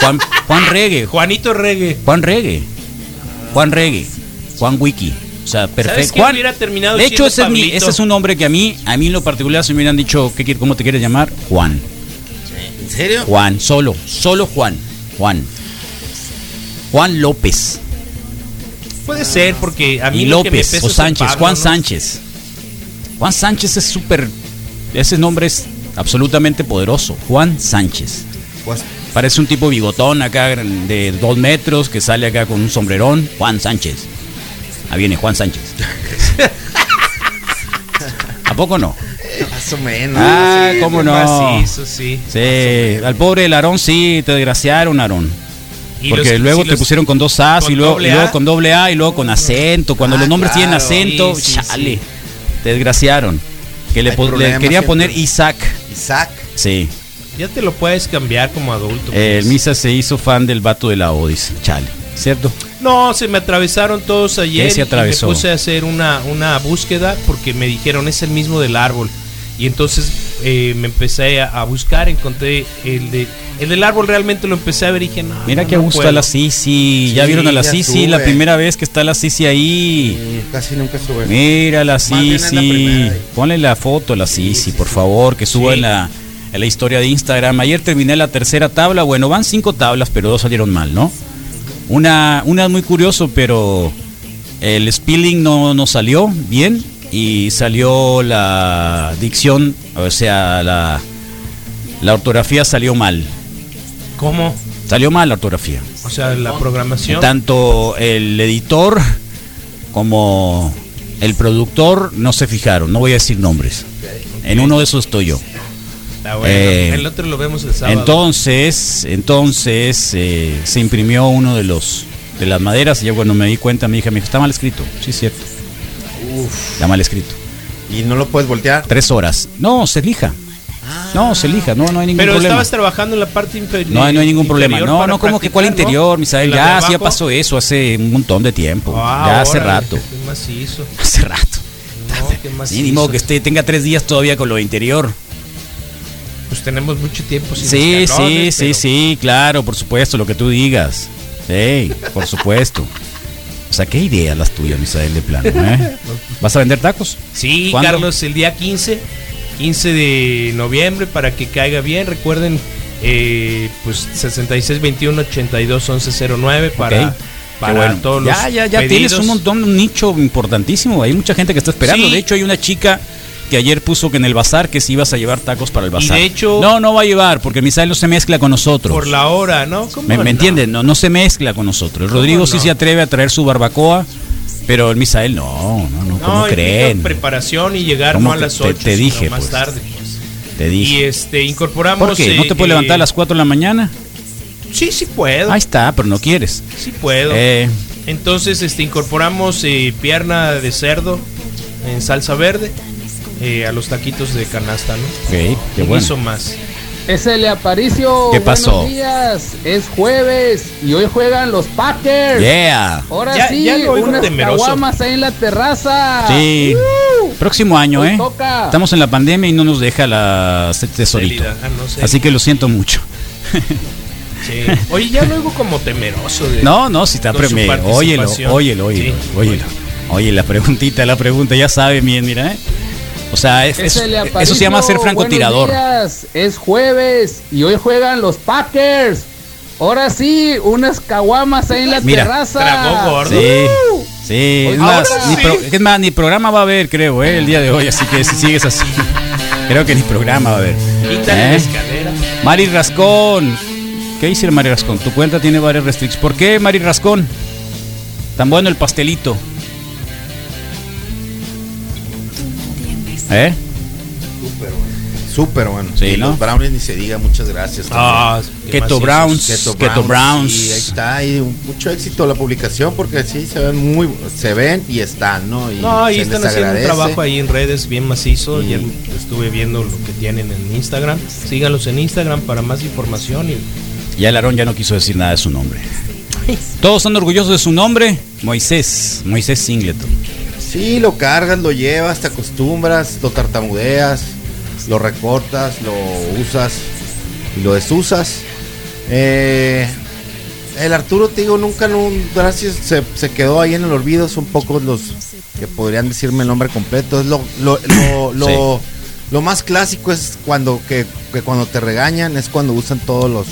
B: Juan, Juan Reggae. Ju-
D: Juanito Reggae.
B: Juan Reggae. Juan Reggae. Juan Wiki. O sea, perfecto.
D: quién
B: Juan.
D: hubiera terminado
B: de hecho,
D: siendo
B: ese es, mi-
D: Pablito?
B: ese es un nombre que a mí, a mí en lo particular, se me hubieran dicho, ¿qué, quiere- ¿cómo te quieres llamar? Juan.
C: ¿En serio?
B: Juan. Solo. Solo Juan. Juan. Juan López.
D: Puede ser, porque a mí
B: y
D: lo que me
B: López
D: pesa
B: o
D: es el
B: Sánchez,
D: Pablo,
B: Juan
D: ¿no?
B: Sánchez. Juan Sánchez es súper, ese nombre es absolutamente poderoso, Juan Sánchez.
C: Pues,
B: Parece un tipo bigotón acá de dos metros que sale acá con un sombrerón, Juan Sánchez. Ahí viene Juan Sánchez. ¿A poco no?
C: eh, más o menos.
B: Ah,
C: sí,
B: cómo no.
D: Macizo, sí.
B: Sí, al pobre el Aarón sí, te desgraciaron, Aarón.
D: Y
B: Porque
D: los-
B: luego
D: si
B: te
D: los-
B: pusieron con dos A's
D: con
B: y, luego,
D: doble
B: y
D: A.
B: luego con doble A y luego con acento. Cuando
C: Ah,
B: los nombres tienen
C: claro.
B: acento,
D: Sí, sí,
B: chale. Te desgraciaron. Que le,
C: Hay
B: po- le
C: problemas
B: quería
C: siempre.
B: poner Isaac.
C: Isaac.
B: Sí.
D: Ya te lo puedes cambiar como adulto.
B: El
D: pues.
B: Misa se hizo fan del vato de la Odis. Chale. ¿Cierto?
D: No, se me atravesaron todos ayer.
B: ¿Qué se
D: y
B: atravesó?
D: me puse a hacer una, una búsqueda porque me dijeron es el mismo del árbol. Y entonces eh, me empecé a, a buscar, encontré el de el del árbol realmente lo empecé a ver y dije, no.
B: Mira
D: no,
B: que
D: no
B: gusta
D: puedo.
B: la Sisi. ya
C: Sí,
B: vieron a la
C: ya
B: Sisi. La
C: sube.
B: primera vez que está la Sisi ahí.
C: Sí, Casi nunca sube.
B: Mira la
C: Más bien es la
B: Sisi.
C: primera ahí.
B: Ponle la foto a la Sisi, por favor, que suba
D: Sí.
B: en, la, en la historia de Instagram. Ayer terminé la tercera tabla. Bueno, van cinco tablas, pero dos salieron mal, ¿no? Una, una es muy curioso, pero el spelling no, no salió bien. Y salió la dicción, o sea, la, la ortografía salió mal.
D: ¿Cómo?
B: Salió mal la ortografía.
D: O sea, la programación.
B: Tanto el editor como el productor no se fijaron, no voy a decir nombres. En uno de esos estoy yo.
D: Está bueno.
B: eh,
D: el otro lo vemos el sábado.
B: Entonces, entonces eh, se imprimió uno de los de las maderas y yo cuando me di cuenta mi hija me dijo, está mal escrito. Sí, es cierto. Está mal escrito.
C: Y no lo puedes voltear.
B: Tres horas. No, se elija. No, se elija, no, no hay ningún
D: Ah. Pero
B: problema.
D: estabas trabajando en la parte inferior.
B: No, no hay ningún problema. No, no, como que cuál interior, Misael. Ya, sí, ya pasó eso hace un montón de tiempo. ya hace rato.
D: Ah, Qué macizo.
B: Hace rato.
D: No,
B: Sí,
D: qué macizo.
B: ni modo que esté, tenga tres días todavía con lo interior.
D: Pues tenemos mucho tiempo sin
B: Sí,
D: los
B: sí,
D: calzones,
B: sí,
D: pero-
B: sí, claro, por supuesto, lo que tú digas. Sí, por supuesto. O sea, qué ideas las tuyas, Misael, de plano, ¿eh? ¿Vas a vender tacos?
D: Sí,
B: ¿Cuándo?
D: Carlos, el día 15 15 de noviembre para que caiga bien. Recuerden, eh, pues 66 21 82 11 09 para,
B: Ok.
D: para
B: Qué bueno.
D: todos los.
B: ya, ya, ya tienes
D: pedidos.
B: un montón, un nicho importantísimo. Hay mucha gente que está esperando.
D: Sí.
B: De hecho, hay una chica que ayer puso que en el bazar que si ibas a llevar tacos para el bazar.
D: de hecho-
B: no, no va a llevar porque Misael no se mezcla con nosotros.
D: Por la hora, ¿no? ¿Cómo
B: ¿Me, me
D: no?
B: entienden? No, no se mezcla con nosotros. Rodrigo sí
D: no?
B: se atreve a traer su barbacoa, pero el Misael no, no, no. ¿Cómo
D: No, implica
B: creen?
D: preparación y llegar
B: ¿Cómo
D: no a
B: que
D: las
B: te-
D: 8,
B: te dije,
D: más
B: pues.
D: tarde.
B: Te dije.
D: Y este incorporamos
B: ¿Por qué? ¿No te
D: eh,
B: puedes levantar a las 4 de la mañana?
D: Sí, sí puedo.
B: Ahí está, pero no quieres.
D: Sí puedo.
B: Eh.
D: Entonces, este incorporamos eh, pierna de cerdo en salsa verde eh, a los taquitos de canasta, ¿no?
B: Ok, qué
D: Un
B: bueno.
D: guiso más.
I: Es el Aparicio.
B: ¿Qué pasó?
I: Buenos días. Es jueves y hoy juegan los Packers.
B: Yeah.
I: Ahora
D: Ya-
I: sí,
D: ya lo oigo
I: unas
D: temeroso.
I: caguamas ahí en la terraza.
B: Sí. Próximo año,
I: Hoy
B: ¿eh?
I: toca.
B: Estamos en la pandemia y no nos deja la se- tesorito.
D: Celida. Ah, no sé.
B: Así que lo siento mucho.
D: Sí. Oye, ya luego como temeroso de.
B: No, no, si está
D: Este, con su
B: premio. Óyelo,
D: participación.
B: óyelo, óyelo,
D: Sí.
B: óyelo. Oye, la preguntita, la pregunta, ya sabe, bien, mira, ¿eh? O sea, es-
I: Es
B: es-
I: el
B: eso
I: Aparicio,
B: se llama ser
I: buenos
B: francotirador.
I: días. Es jueves y hoy juegan los Packers. Ahora sí, unas caguamas ahí en la
B: Mira.
I: terraza.
D: Tragó gordo.
B: Sí, sí. Es
I: Ahora
B: más, ni
I: sí.
B: pro- es más, ni programa va a haber, creo, ¿eh? el día de hoy. Así que si sigues así, creo que ni programa va a haber.
D: Quítale la
B: ¿Eh?
D: escalera.
B: Mari Rascón. ¿Qué dice Mari Rascón? Tu cuenta tiene varias restricciones. ¿Por qué, Mari Rascón? Tan bueno el pastelito. ¿Eh?
C: Súper bueno.
B: Sí,
C: Y
B: ¿no?
C: los Brownies ni se diga, muchas gracias.
D: Ah,
C: también.
D: qué
B: Keto
D: macizos.
B: Browns. Keto Browns.
C: Sí, ahí está, y un- mucho éxito la publicación porque sí se ven muy, se ven y están, ¿no? Y
D: No, ahí
C: se
D: están
C: les
D: haciendo un
C: agradece. Mm.
D: trabajo ahí en redes bien macizo.
C: Y-
D: Ya estuve viendo lo que tienen en Instagram. Síganlos en Instagram para más información. Y
B: Ya el Aarón ya no quiso decir nada de su nombre. Todos son orgullosos de su nombre. Moisés. Moisés Singleton.
C: Sí, lo cargas, lo llevas, te acostumbras, lo tartamudeas, lo recortas, lo usas y lo desusas. Eh, el Arturo, te digo, nunca, no, gracias, se, se quedó ahí en el olvido. Son pocos los que podrían decirme el nombre completo. Es lo, lo, lo, lo- lo más clásico es cuando que, que cuando te regañan, es cuando usan todos los,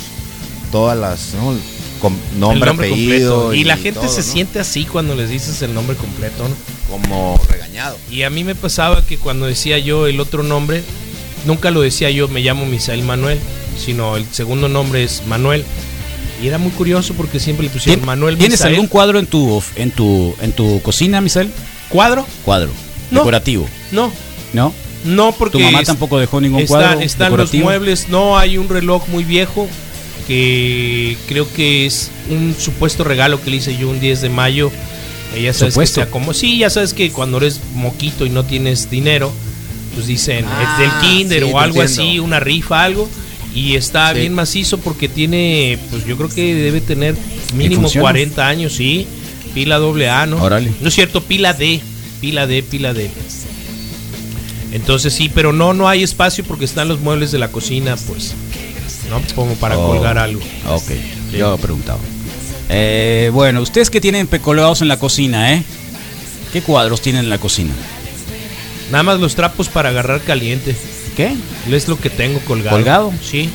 C: todas las, ¿no? Com- nombre,
D: el nombre
C: apellido.
D: completo. Y, la gente
C: todo,
D: se
C: ¿no?
D: siente así cuando les dices el nombre completo. ¿no?
C: como regañado.
D: Y a mí me pasaba que cuando decía yo el otro nombre, nunca lo decía yo, me llamo Misael Manuel, sino el segundo nombre es Manuel. Y era muy curioso porque siempre le pusieron
B: ¿Tien-
D: Manuel
B: ¿Tienes
D: Misael.
B: algún cuadro en tu, of- en tu, en tu cocina, Misael?
D: cuadro?
B: Cuadro.
D: No.
B: Decorativo.
D: No,
B: ¿no?
D: no porque...
B: Tu mamá
D: es-
B: tampoco dejó ningún
D: Están-
B: cuadro.
D: Están
B: decorativo.
D: los muebles, no hay un reloj muy viejo que creo que es un supuesto regalo que le hice yo un 10 de mayo. Eh, ya sabes
B: Supuesto.
D: que sea como sí, ya sabes que cuando eres moquito y no tienes dinero, pues dicen es del
C: Ah,
D: kinder
C: sí,
D: o
C: te
D: algo
C: entiendo.
D: así, una rifa, algo. Y está
C: Sí.
D: bien macizo porque tiene, pues yo creo que debe tener
B: ¿Y
D: mínimo
B: funciona?
D: 40 años, sí. Pila doble A, ¿no?
B: Órale.
D: No es cierto, pila D, pila D, pila D. Entonces sí, pero no, no hay espacio porque están los muebles de la cocina, pues, ¿no? Como para
B: Oh,
D: colgar algo.
B: Ok, yo preguntaba. Eh, bueno, ustedes que tienen pe- colgados en la cocina, ¿eh? ¿Qué cuadros tienen en la cocina?
D: Nada más los trapos para agarrar caliente.
B: ¿Qué?
D: Es lo que tengo colgado.
B: ¿Colgado?
D: Sí.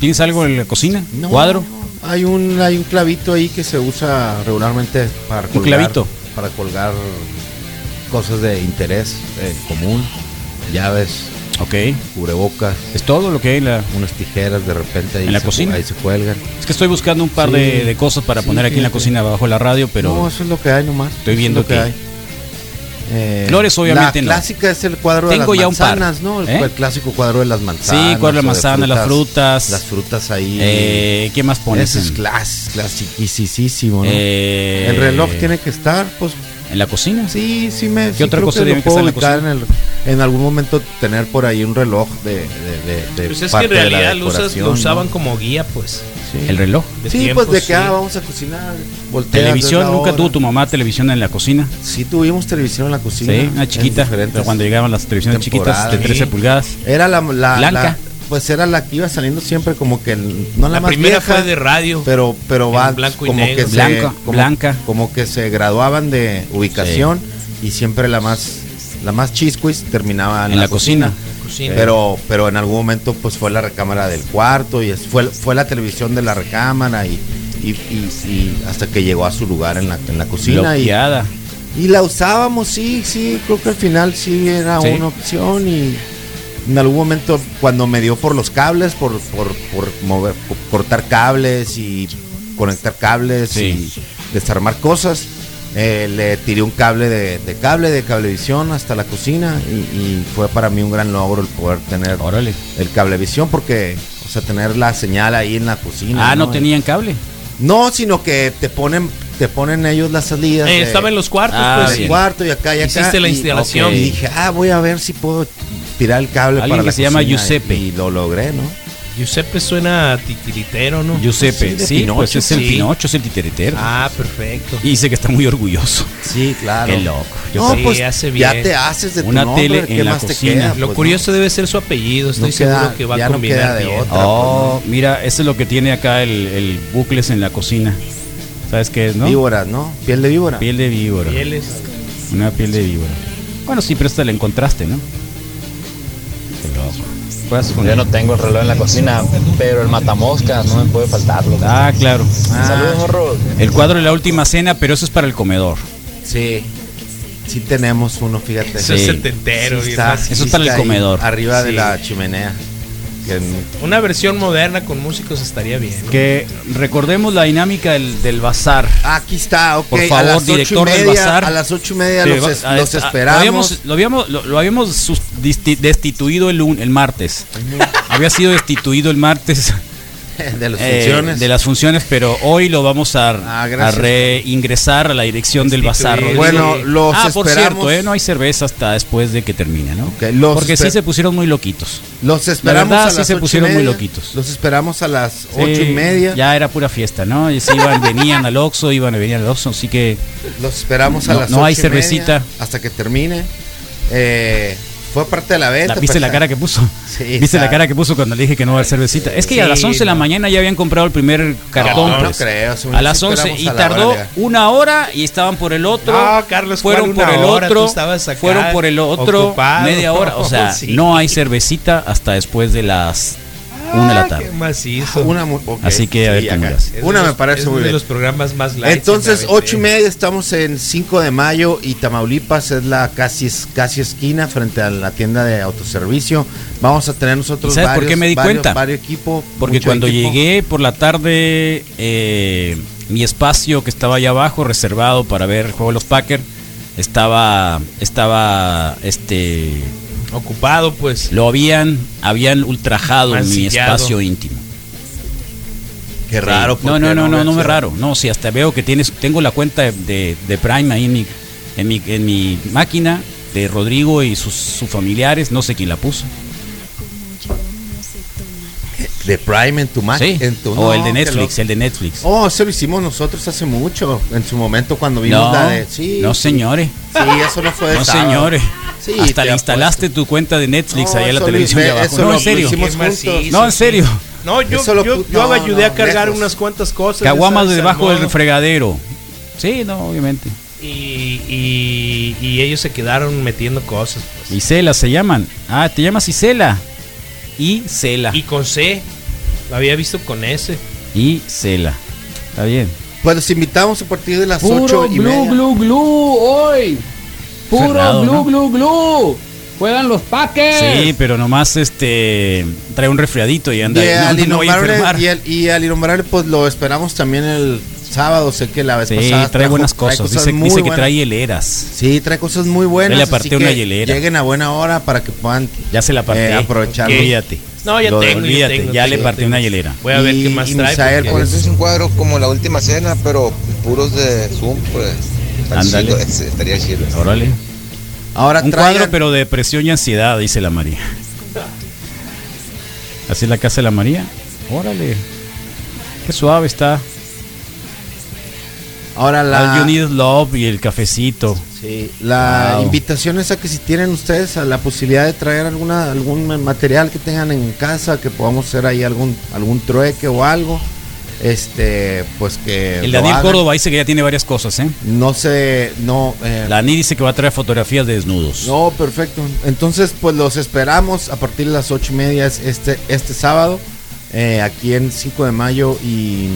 B: ¿Tienes algo en la cocina?
C: No,
B: ¿Cuadro?
C: no, Hay un hay un clavito ahí que se usa regularmente para colgar,
B: clavito?
C: para colgar cosas de interés eh, común, llaves,
B: Ok.
C: cubrebocas,
B: ¿Es todo lo que hay en la...
C: unas tijeras de repente ahí
B: ¿En la
C: se,
B: cocina?
C: ahí se cuelgan.
B: Es que estoy buscando un par
C: Sí.
B: de, de cosas para
C: Sí,
B: poner aquí en la
C: fíjate.
B: cocina abajo de la radio, pero...
C: no, eso es lo que hay nomás.
B: Estoy
C: eso
B: viendo
C: es lo
B: que-
C: Eh,
B: Flores, obviamente,
C: la
B: no.
C: clásica es el cuadro
B: Tengo
C: de
B: ya
C: las
B: un par.
C: manzanas, ¿no? El,
B: ¿Eh?
C: el clásico cuadro de las manzanas.
B: cuadro de
C: o
B: manzana, las frutas.
C: Las frutas ahí.
B: eh, ¿Qué más pones?
C: Ese es
B: en-
C: clas- clasiquisísimo, ¿no?
B: Eh,
C: El reloj tiene que estar, pues
B: ¿En la cocina?
C: sí, sí me.
B: ¿Qué otra cosa tiene
C: debe
B: que estar en la
C: en, el- en algún momento tener por ahí un reloj de. de, de, de
D: Pues es que
C: parte
D: en
C: de la
D: realidad lo, usas-
C: decoración,
D: lo usaban
C: ¿no?
D: como guía, pues.
C: Sí,
B: ¿El reloj?
D: de
C: Sí,
D: tiempo,
C: pues de que
D: sí.
C: ah, vamos a cocinar. volteas,
B: ¿Televisión?
C: ves la
B: ¿Nunca
C: hora.
B: tuvo tu mamá televisión en la cocina?
C: Sí, tuvimos televisión en la cocina.
B: Sí, una
C: en
B: chiquita.
C: diferentes
B: Cuando llegaban las televisiones chiquitas
C: temporadas.
B: de 13
C: Sí.
B: pulgadas.
C: Era la. la-
B: Blanca.
C: la- pues era la que iba saliendo siempre como que el- no la,
D: La
C: más
D: primera
C: vieja,
D: fue de radio.
C: pero pero
D: En
C: va
D: blanco y
C: como
D: negro.
C: que se-
B: Blanca,
C: como,
B: blanca.
C: como que se graduaban de ubicación y siempre la más la más chiscuis terminaba en,
B: En la cocina.
D: cocina.
C: Pero, pero en algún momento pues fue la recámara del cuarto y es- fue, fue la televisión de la recámara y, y- y- y hasta que llegó a su lugar en la, en la cocina. Y,
B: Bloqueada.
C: y la usábamos, sí, sí, creo que al final sí era
B: Sí.
C: una opción y en algún momento cuando me dio por los cables, por, por, por mover, por cortar cables y conectar cables y desarmar cosas, eh, le tiré un cable de, de cable, de cablevisión hasta la cocina y, y fue para mí un gran logro el poder tener el cablevisión porque, o sea, tener la señal ahí en la cocina.
B: Ah, no tenían cable.
C: No, sino que te ponen, te ponen ellos las salidas.
D: Eh,
C: de-
D: estaba en los cuartos,
C: Ah,
D: pues.
C: en el cuarto y acá y acá.
D: Hiciste la
C: y-
D: instalación.
C: ok, Y, dije, ah, voy a ver si puedo tirar el cable
D: Alguien
C: para
D: que
C: la
D: se llama
C: cocina",
D: Giuseppe.
C: Y, y lo logré, ¿no?
D: Giuseppe suena titiritero,
C: Ah,
D: ¿no?
B: Giuseppe, sí, pues es el Pinocho, es el titeretero.
D: Ah, perfecto.
B: Y dice que está muy orgulloso.
C: Sí, claro.
B: Qué loco.
D: No,
B: creo que-
D: pues, Sí, hace bien. ya te haces de tu
B: Una
D: nombre,
B: tele
D: ¿qué
B: en la
D: más te
B: cocina.
C: ah,
D: queda? Lo Pues, curioso debe ser su apellido, estoy seguro que va a
B: ya
D: combinar bien.
B: oh, mira, eso es lo que tiene acá el, el bucles en la cocina. ¿Sabes qué es, no?
C: Víboras, ¿no? Piel de víbora.
B: Piel de víbora.
D: Pieles.
B: Una piel de víbora. Bueno, sí, pero esta la encontraste, ¿no?
F: Yo no tengo el reloj en la cocina, pero el matamoscas no me puede faltarlo.
B: Ah, claro.
F: Saludos, morro.
B: El cuadro de la última cena, pero eso es para el comedor.
C: Sí. Sí tenemos uno, fíjate.
B: Eso es setentero, bien fácil. Eso es para el
C: está ahí
B: comedor.
C: Arriba de
B: Sí.
C: la chimenea. Que en-
D: Una versión moderna con músicos estaría bien.
B: Que recordemos la dinámica del, del bazar.
C: Aquí está, ok.
B: Por
C: a
B: favor,
C: las ocho y
B: director del
C: media-
B: bazar.
C: A las ocho y media
B: Sí,
C: los,
B: va-
C: es-
B: a-
C: los
B: a-
C: esperamos.
B: Lo habíamos, lo habíamos, lo- lo habíamos sus- disti- destituido el, lun- el martes. Había sido destituido el martes.
C: De las
B: eh,
C: funciones. Ah,
B: de las funciones, pero hoy lo vamos a, a
C: gracias.
B: reingresar a la dirección del bazar.
C: Destituido.
B: Rodrigo.
C: Bueno, los
B: Ah, por
C: esperamos.
B: cierto, eh, no hay cerveza hasta después de que termine, ¿no?
C: los
B: Porque sí
C: esper-
B: se pusieron muy loquitos.
C: Los esperamos
B: La verdad,
C: a
B: sí
C: las
B: se
C: ocho y
B: pusieron muy
C: media.
B: loquitos.
C: Los esperamos a las
B: Sí,
C: ocho y media.
B: Ya era pura fiesta, ¿no? Y se iban, venían al Oxxo, iban y venían al Oxxo, así que
C: Los esperamos a
B: No,
C: las
B: no hay
C: ocho y media
B: cervecita.
C: hasta que termine. Eh, fue parte de la pues, venta.
B: La- ¿Viste la cara que puso?
C: Sí,
B: ¿Viste la
C: sabe.
B: cara que puso cuando le dije que no va a haber cervecita? Es que a
C: Sí,
B: las 11 de la
C: no.
B: mañana ya habían comprado el primer cartón.
C: no
B: pues.
C: creo, según
B: A
C: yo
B: las
C: sí
B: 11
C: esperamos
B: y
C: a la
B: tardó
C: hora
B: una hora y estaban por el otro.
D: No, Carlos, ¿cuál
B: fueron por
D: una
B: el
D: hora? Tú
B: otro.
D: estabas acá
B: Fueron por el otro.
D: ocupado.
B: Media hora. O sea,
D: Sí.
B: no hay cervecita hasta después de las 1 de la tarde.
D: Ah, macizo.
C: ah, Una mu- ok.
B: Así que a ver
C: Sí,
B: cómo
C: acá.
B: le hace.
D: Es de
C: Una
D: los-
C: me parece
D: es
C: muy
D: uno de
C: bien.
D: los programas más light.
C: Entonces,
D: que me
C: ocho y
D: aventé.
C: media estamos en 5 de mayo y Tamaulipas es la casi, es- casi esquina frente a la tienda de autoservicio. Vamos a tener nosotros
B: ¿Y sabes por
C: varios,
B: qué me di
C: varios-
B: cuenta?
C: varios equipo,
B: Porque
C: mucho
B: cuando
C: equipo.
B: llegué por la tarde, eh, mi espacio que estaba allá abajo, reservado para ver el juego de los Packers, estaba, estaba, este,
D: Ocupado, pues.
B: lo habían, habían ultrajado mi
D: Mancillado.
B: espacio íntimo.
C: Qué raro.
B: Sí. No,
C: porque
B: no, no, no, no
C: me
B: es raro. No, si hasta veo que tienes, tengo la cuenta de, de- de Prime ahí en mi, en mi, en mi máquina de Rodrigo y sus, sus familiares, no sé quién la puso.
C: De Prime en tu Mac.
B: Sí.
C: en tu-
B: o
C: no,
B: el de
C: qué
B: Netflix,
C: loco.
B: el de Netflix.
C: Oh, eso lo hicimos nosotros hace mucho. En su momento cuando vimos
B: No,
C: la de. Sí,
B: no señores.
C: Sí, eso no fue de
B: No,
C: sábado.
B: señores.
C: Sí,
B: Hasta
C: te
B: le instalaste tu cuenta de Netflix
C: No,
B: allá en la
C: eso lo-
B: televisión de
C: ve,
B: abajo.
C: eso
B: No,
C: lo-
B: en serio.
C: lo hicimos
D: Qué macizo.
C: juntos.
B: No, en serio.
D: No, yo,
C: Eso lo
D: yo,
C: pu-
D: yo
C: no,
D: ayudé
C: no,
D: a cargar
C: lejos.
D: unas cuantas cosas.
B: Caguamas
D: de
B: de
D: sal-
B: debajo del
D: salmón,
B: fregadero. Sí, no, obviamente.
D: Y, y, y ellos se quedaron metiendo cosas. pues.
B: Isela se llaman. Ah, te llamas Isela. Y Cela.
D: Y con C. Lo había visto con S.
B: Y Cela. Está bien.
C: Pues los invitamos a partir de las
I: Puro
C: 8 y
I: glu
C: media.
I: glu glu hoy. Puro
B: Cerrado,
I: glu
B: ¿no?
I: glu glu. Juegan los Packers.
B: Sí, pero nomás este trae un resfriadito y anda.
C: Y
B: no,
C: al
B: no voy a
C: innombrable,
B: enfermar.
C: y al- y al innombrable, pues lo esperamos también el sábado. Sé que la vez
B: Sí,
C: pasada.
B: trae buenas cosas. Dice,
C: muy
B: dice que
C: buenas.
B: trae hieleras.
C: Sí, trae cosas muy buenas.
B: Ya le
C: así
B: aparté una
C: que
B: hielera.
C: Lleguen a buena hora para que puedan
B: Ya se la aparté.
C: eh, aprovechar.
B: Olvídate.
D: No, ya
B: Lo de-
D: tengo. ya,
B: olvídate,
D: tengo,
B: ya le
D: tengo,
B: partí
D: tengo.
B: una hielera.
D: Voy a ver
C: Y-
D: qué más
C: y
D: trae.
C: Misael,
D: porque-
C: ¿cuál
J: Pues es un cuadro como la última cena, pero puros de Zoom, pues. está
B: Ándale.
J: chido ese, estaría chido.
B: Órale.
C: Ahora
B: Un
C: traigan-
B: cuadro, pero de depresión y ansiedad, dice la María. Así es la casa de la María. Órale. Qué suave está.
C: Ahora
B: All you
C: la,
B: need is love y el cafecito.
C: sí, la
B: Wow.
C: invitación es a que si tienen ustedes a la posibilidad de traer alguna algún material que tengan en casa, que podamos hacer ahí algún algún trueque o algo. Este, pues que.
B: El
C: lo
B: Daniel
C: hagan.
B: Córdoba dice que ya tiene varias cosas, ¿eh?
C: No sé, no. eh,
B: La Ani dice que va a traer fotografías de desnudos.
C: No, perfecto. Entonces, pues los esperamos a partir de las ocho y media es este, este sábado, eh, aquí en 5 de mayo y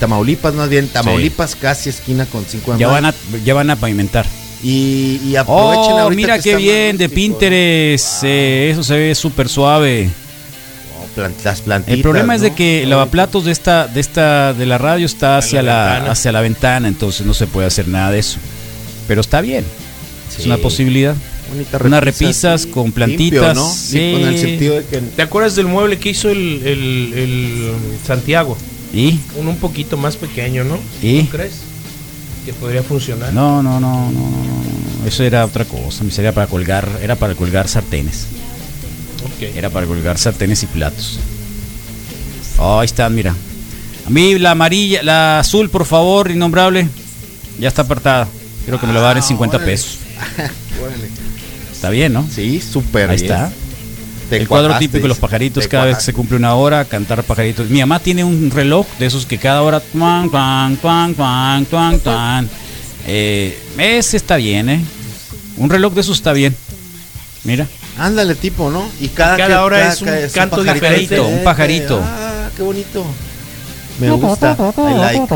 C: Tamaulipas, más bien, Tamaulipas casi esquina con 5 de
B: Ya
C: mayo.
B: van a, ya van a pavimentar.
C: Y, y aprovechen
B: Oh,
C: ahorita
B: mira
C: que
B: qué
C: están
B: bien, de
C: rústicos.
B: Pinterest. eh, eso se ve súper suave.
C: Oh, plant- las plantitas.
B: El problema es de
C: ¿no?
B: que el lavaplatos de esta, de esta, de la radio está hacia la,
C: ventana.
B: hacia la ventana, entonces no se puede hacer nada de eso. Pero está bien. Es
C: Sí.
B: una posibilidad.
C: Bonita
B: Unas
C: repisa,
B: repisas
C: sí.
B: con
C: Limpio,
B: plantitas.
C: ¿no? Sí,
B: sí.
C: con el sentido de que-
D: ¿Te acuerdas del mueble que hizo el, el- el um, Santiago?
B: ¿Y?
D: Uno un poquito más pequeño, ¿no?
B: ¿Y?
D: ¿No crees? Que podría funcionar.
B: No, no, no, no, no. Eso era otra cosa. Miseria para colgar, era para colgar sartenes.
D: Ok.
B: Era para colgar sartenes y platos. Oh, ahí están, mira. A mí la amarilla, la azul, por favor, innombrable. Ya está apartada. Creo que me la va a dar en 50
C: Ah, órale.
B: pesos.
C: Órale.
B: Está bien, ¿no?
C: Sí, súper
B: Ahí
C: bien.
B: está.
C: Te
B: el cuadro
C: cuajaste,
B: típico de los
C: dice.
B: pajaritos,
C: Te
B: cada vez que
C: cuajaste.
B: se cumple una hora, cantar pajaritos. Mi mamá tiene un reloj de esos que cada hora. tuan, tuan, tuan, tuan, tuan, tuan. Eh, ese está bien, ¿eh? Un reloj de esos está bien. Mira.
C: Ándale, tipo, ¿no? Y cada,
B: cada hora es un canto
C: pajarito
B: diferente, un pajarito.
C: Ah, qué bonito. Me gusta. I like.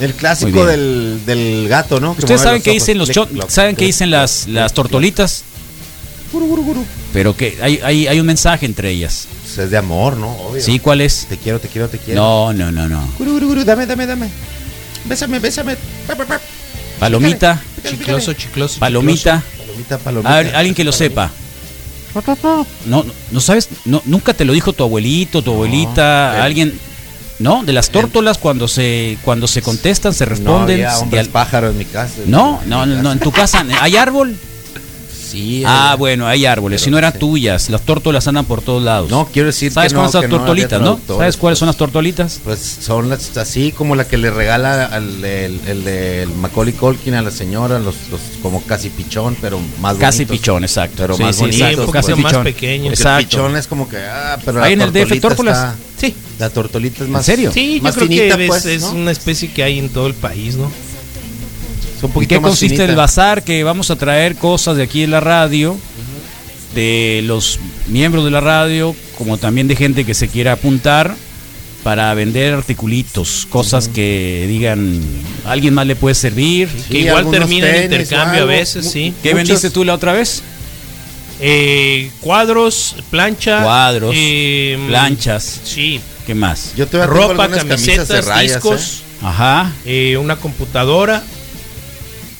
C: El
B: Muy
C: clásico
B: bien.
C: del, del gato, ¿no? Que
B: Ustedes
C: mueve
B: saben qué
C: ojos.
B: dicen los
C: Clic,
B: cho-
C: cloc,
B: saben qué
C: clic,
B: dicen
C: cloc,
B: las,
C: clic,
B: las
C: cloc.
B: tortolitas,
C: Guru, guru, guru.
B: pero que hay, hay, hay un mensaje entre ellas.
C: Pues es de amor, ¿no? Obvio.
B: ¿Sí? ¿Cuál es?
C: Te quiero, te quiero, te quiero.
B: No, no, no, no.
C: Guru, guru, guru, dame, dame, dame. Bésame, bésame. Pa, pa, pa.
B: Palomita,
D: Chicloso, chicloso.
B: palomita.
C: Palomita,
B: A
C: palomita.
B: ver, alguien que lo sepa. No, no, no sabes, no, nunca te lo dijo tu abuelito, tu abuelita,
C: el-
B: alguien. No, de las tórtolas cuando se cuando se contestan, se
C: em- No
B: responden.
C: había
B: de
C: hombres
B: al-
C: pájaros en mi casa.
B: no, no, no, no, en tu casa hay árbol.
C: Sí.
B: Ah,
C: eh,
B: bueno, hay árboles,
C: Pero
B: si no eran
C: sí.
B: tuyas, las tórtolas andan por todos lados.
C: No, quiero decir
B: ¿Sabes
C: que no,
B: cuáles son las
C: que no había
B: tortolitas, no?
C: traductores,
B: ¿Sabes cuáles
C: pues.
B: son las tortolitas?
C: Pues son las, así como la que le regala al, el, el de Macaulay Culkin a la señora, los, los como casi pichón, pero más
B: Casi
C: bonitos.
B: pichón, exacto.
C: Pero
B: Sí,
C: más
B: sí,
C: bonitos,
B: exacto,
C: pues.
B: casi
D: Porque
B: pichón.
D: más pequeño.
C: Porque el
B: Exacto.
C: pichón es como que, ah, pero la
B: Ahí en el DF,
C: tortolita
B: tórtolas.
C: está-
D: Sí.
C: la tortolita es más...
B: ¿En serio?
D: Sí, yo
C: más
D: creo
C: finita,
D: que es,
C: pues,
D: es
C: ¿no?
D: una especie que hay en todo el país, ¿no?
C: Es un
B: ¿En
C: poquito
B: qué
C: más
B: consiste
C: finita.
B: el bazar? Que vamos a traer cosas de aquí de la radio, de los miembros de la radio, como también de gente que se quiera apuntar para vender articulitos, cosas que digan, ¿a alguien más le puede servir.
D: Que
C: Sí,
D: igual
C: algunos
D: termina en
C: tenis o
D: intercambio a
C: algo.
D: veces,
C: Mu-
D: sí.
B: ¿Qué
C: muchos-
B: vendiste tú la otra vez?
D: Eh, cuadros, plancha.
B: Cuadros,
D: eh,
B: planchas,
D: Sí.
B: ¿qué más?
C: Mm. Yo todavía tengo
D: Ropa,
C: algunas camisas
D: camisetas,
C: de rayas, ¿eh?
D: discos,
B: Ajá,
D: eh, una computadora,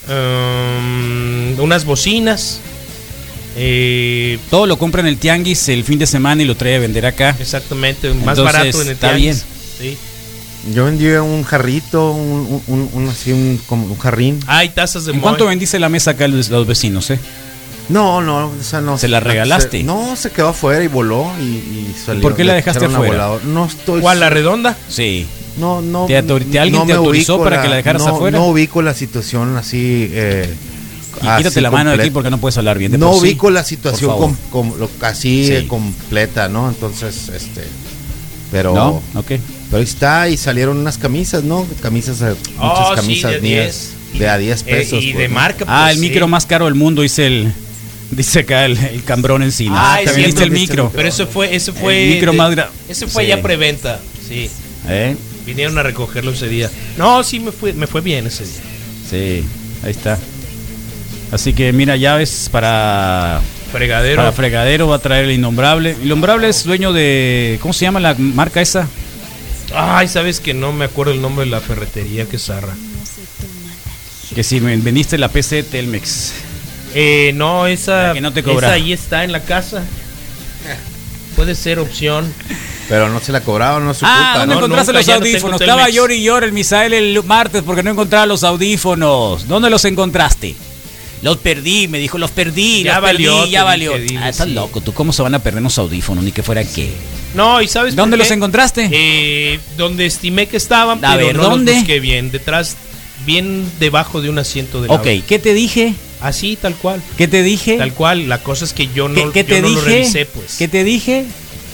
D: um, unas bocinas. eh,
B: todo lo compra en el tianguis el fin de semana y lo trae a vender acá.
D: exactamente, más
B: Entonces,
D: barato en el
B: está
D: tianguis. Sí.
C: Yo vendí un jarrito, un, un, un- un- así, un, como un jarrín.
B: Ah.
D: Hay tazas de
B: ¿En cuánto
D: Moe.
B: vendiste la mesa acá los, los vecinos, eh?
C: No, no, o sea, no.
B: ¿Se la regalaste?
C: se- no, se quedó afuera y voló y, y salió.
B: por qué la
C: Le
B: dejaste
C: echaron a
B: afuera?
C: volador. No estoy...
D: ¿Cuál, la redonda?
B: Sí.
C: No, no.
B: ¿Te autor- te- alguien te
C: me
B: autorizó
C: ubico
B: para que la dejaras
C: no-
B: afuera?
C: No ubico la situación así. eh,
B: Y
C: así
B: quítate la mano de
C: completa.
B: aquí porque no puedes hablar bien. De
C: no
B: por sí.
C: ubico la
B: Por
C: situación
B: favor.
C: com- com- lo- así
B: Sí.
C: eh, completa, ¿no? Entonces, este. Pero.
B: ¿No? Ok.
C: Pero ahí está, y salieron unas camisas, ¿no? Camisas, eh,
D: Oh,
C: muchas
D: sí,
C: camisas
D: de
C: mías.
D: 10.
C: De a 10
D: Eh,
C: pesos.
D: y
C: pues,
D: de
C: ¿no?
D: marca.
B: Ah,
D: pues,
B: el
D: sí.
B: micro más caro del mundo, dice el. Dice acá el, el cambrón encima.
D: Ah,
C: es
B: ¿Viste
C: cierto,
B: el
C: viste
B: micro.
C: el
D: Pero eso fue, ese fue.
B: El micro
D: de-
B: más gra-
D: Ese fue
B: Sí.
D: ya preventa. Sí.
B: ¿Eh?
D: Vinieron a recogerlo ese día. No, sí me fue, me fue bien ese día.
B: Sí, ahí está. Así que mira, llaves para,
D: Fregadero.
B: para fregadero va a traer el innombrable. Innombrable es dueño de. ¿Cómo se llama la marca esa?
D: Ay, sabes que no me acuerdo el nombre de la ferretería que zarra.
B: Que si me vendiste la PC de Telmex.
D: Eh, no, esa,
B: La que no te cobra.
D: esa ahí está en la casa. Puede ser opción.
C: Pero no se la cobraron, no es su
B: Ah,
C: culpa,
B: ¿dónde
C: ¿no?
D: no,
B: encontraste
D: nunca,
B: los
D: ya no tengo
B: audífonos?
D: Telmex.
B: Estaba llor y llor el Misael el martes porque no encontraba los audífonos. ¿Dónde los encontraste? Los perdí, me dijo, los perdí,
D: Ya
B: los perdí,
D: valió,
B: ya
D: te
B: valió.
D: dije, dile,
B: ah, estás
D: sí.
B: loco, tú cómo se van a perder los audífonos, ni que fuera qué.
D: No, y sabes
B: ¿Dónde
D: por
B: los
D: qué?
B: encontraste?
D: Eh, donde estimé que estaban,
B: A
D: pero
B: ver,
D: no
B: ¿dónde?
D: los busqué bien. Detrás, bien debajo de un asiento de la
B: ok, ¿qué te dije?
D: Así, tal cual.
B: ¿Qué te dije?
D: Tal cual. La cosa es que yo
B: ¿Qué,
D: no,
B: qué
D: yo
B: te
D: no
B: dije?
D: lo revisé, pues.
B: ¿Qué te dije?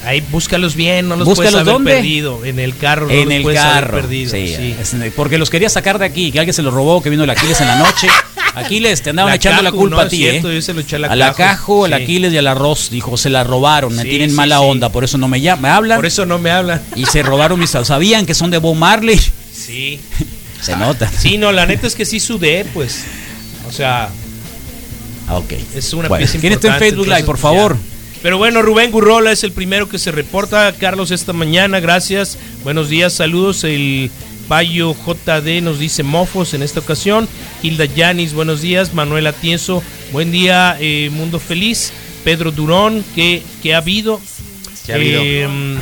D: Ahí búscalos bien, no los
B: ¿Búscalos
D: puedes haber
B: dónde?
D: perdido. En el carro, no
B: en
D: los
B: el
D: puedes haber
B: carro.
D: perdido,
B: sí,
D: sí.
B: es en el- porque los quería sacar de aquí, que alguien se los robó, que vino el Aquiles en la noche. Aquiles, te andaban
D: La
B: echando la
D: Caju,
B: culpa
D: no,
B: a
D: es
B: ti,
D: cierto,
B: ¿eh?
D: yo se lo eché a
B: a
D: la
B: la, Caju, al
D: sí.
B: Aquiles y al Arroz, dijo, se la robaron, me
D: Sí,
B: tienen
D: sí,
B: mala
D: sí.
B: onda, por eso no me, llaman, me hablan. Por eso
D: no me hablan.
B: Y se robaron mis... Sabían que son de Bob Marley,
D: Sí.
B: se nota.
D: Sí, no, la neta es que sí sudé, pues. O sea,
B: Ah, ok.
D: es una
B: Bueno,
D: pieza
B: ¿Quién está en
D: importante,
B: Facebook Live,
D: entonces,
B: por
D: pues, ya.
B: favor?
D: Pero bueno, Rubén Gurrola es el primero que se reporta. Carlos, esta mañana, gracias. Buenos días, saludos. El Bayo JD nos dice mofos en esta ocasión. Hilda Yanis, buenos días. Manuel Atienzo, buen día, eh, Mundo Feliz. Pedro Durón, ¿qué, qué ha habido?
C: ¿Qué ha habido?
D: Em,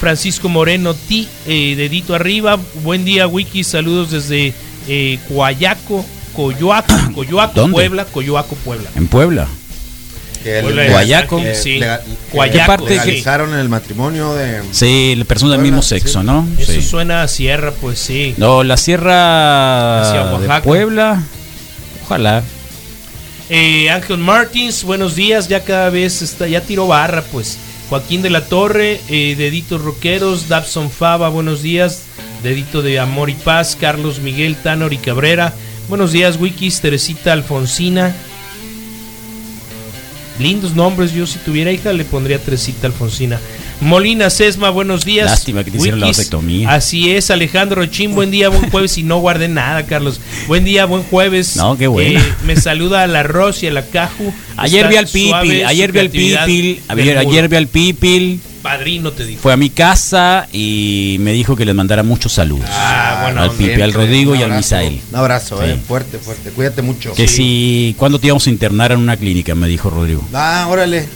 D: Francisco Moreno, ti, eh, dedito arriba. Buen día, Wiki. Saludos desde eh, Coayaco, Coyoaco, Coyoaco,
B: ¿Dónde?
D: Puebla, Coyoaco, Puebla.
B: En Puebla.
C: Que
D: Hola,
C: que-
B: Guayaco.
C: que
D: Sí.
C: lega- que
D: Guayaco,
C: parte
D: legalizaron
C: legalizaron el matrimonio de
B: Sí, la persona del
C: Puebla,
B: mismo sexo,
C: sí.
B: ¿no?
D: Eso
B: Sí.
D: suena a sierra, pues sí.
B: No, la
D: Hacia
B: sierra de
D: Oaxaca.
B: Puebla. Ojalá.
D: Eh, Ángel Martins, buenos días. Ya cada vez está, ya tiró barra, pues. Joaquín de la Torre, eh, Deditos Roqueros, Dabson Fava, buenos días. Dedito de Amor y Paz, Carlos Miguel Tanor y Cabrera. Buenos días, Wikis, Teresita Alfonsina. Lindos nombres, yo si tuviera hija le pondría Teresita Alfonsina. Molina Sesma, buenos días.
B: Lástima que te hicieron la
D: Wikis.
B: vasectomía.
D: Así es, Alejandro Chin, buen día, buen jueves y no guardé nada, Carlos. Buen día, buen jueves. Eh,
B: No, qué bueno.
D: me saluda al arroz y a la caju.
B: Ayer
D: Está
B: vi al
D: suave
B: Pipil,
D: su
B: ayer vi al
D: creatividad
B: Pipil,
D: del
B: ayer,
D: muro.
B: ayer vi al Pipil,
D: Padrino te dijo.
B: fue a mi casa y me dijo que les mandara muchos saludos.
C: Ah, buena
B: al
C: onda.
B: Pipi, al
C: Siempre,
B: Rodrigo
C: un
B: y al
C: abrazo,
B: Misael.
C: Un abrazo,
B: Sí.
C: eh, fuerte, fuerte. Cuídate mucho.
B: Que si, ¿cuándo te íbamos a internar en una clínica? Me dijo Rodrigo.
C: Ah, órale.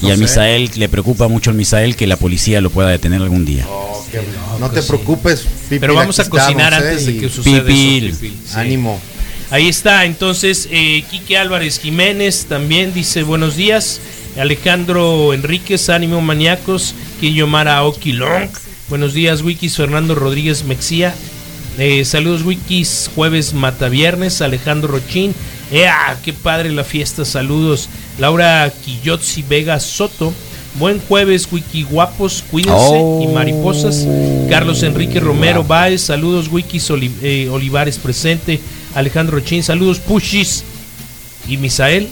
B: y
C: No
B: a
C: sé.
B: Misael, le preocupa mucho al Misael que la policía lo pueda detener algún día.
C: Oh, qué-
B: Ah,
C: no
B: pues
C: te preocupes, Pipil,
D: Pero vamos a
C: aquí estamos,
D: cocinar
C: eh,
D: antes de
C: y-
D: que suceda
B: Pipil.
D: eso. Pipil, sí.
C: Ánimo.
D: Ahí está, entonces, eh, Quique Álvarez Jiménez también dice buenos días. Alejandro Enríquez, Ánimo Maníacos, Kiyomara Okilong. Buenos días, Wikis. Fernando Rodríguez Mexía. Eh, saludos, Wikis. Jueves Mataviernes, Alejandro Rochín. ¡Ea! ¡Qué padre la fiesta! Saludos. Laura Quillotzi Vega Soto. Buen jueves, Wiki Guapos. Cuídense
B: Oh.
D: y mariposas. Carlos Enrique Romero Báez, saludos Wikis Oli- eh, Olivares presente, Alejandro Chin, saludos Pushis y Misael,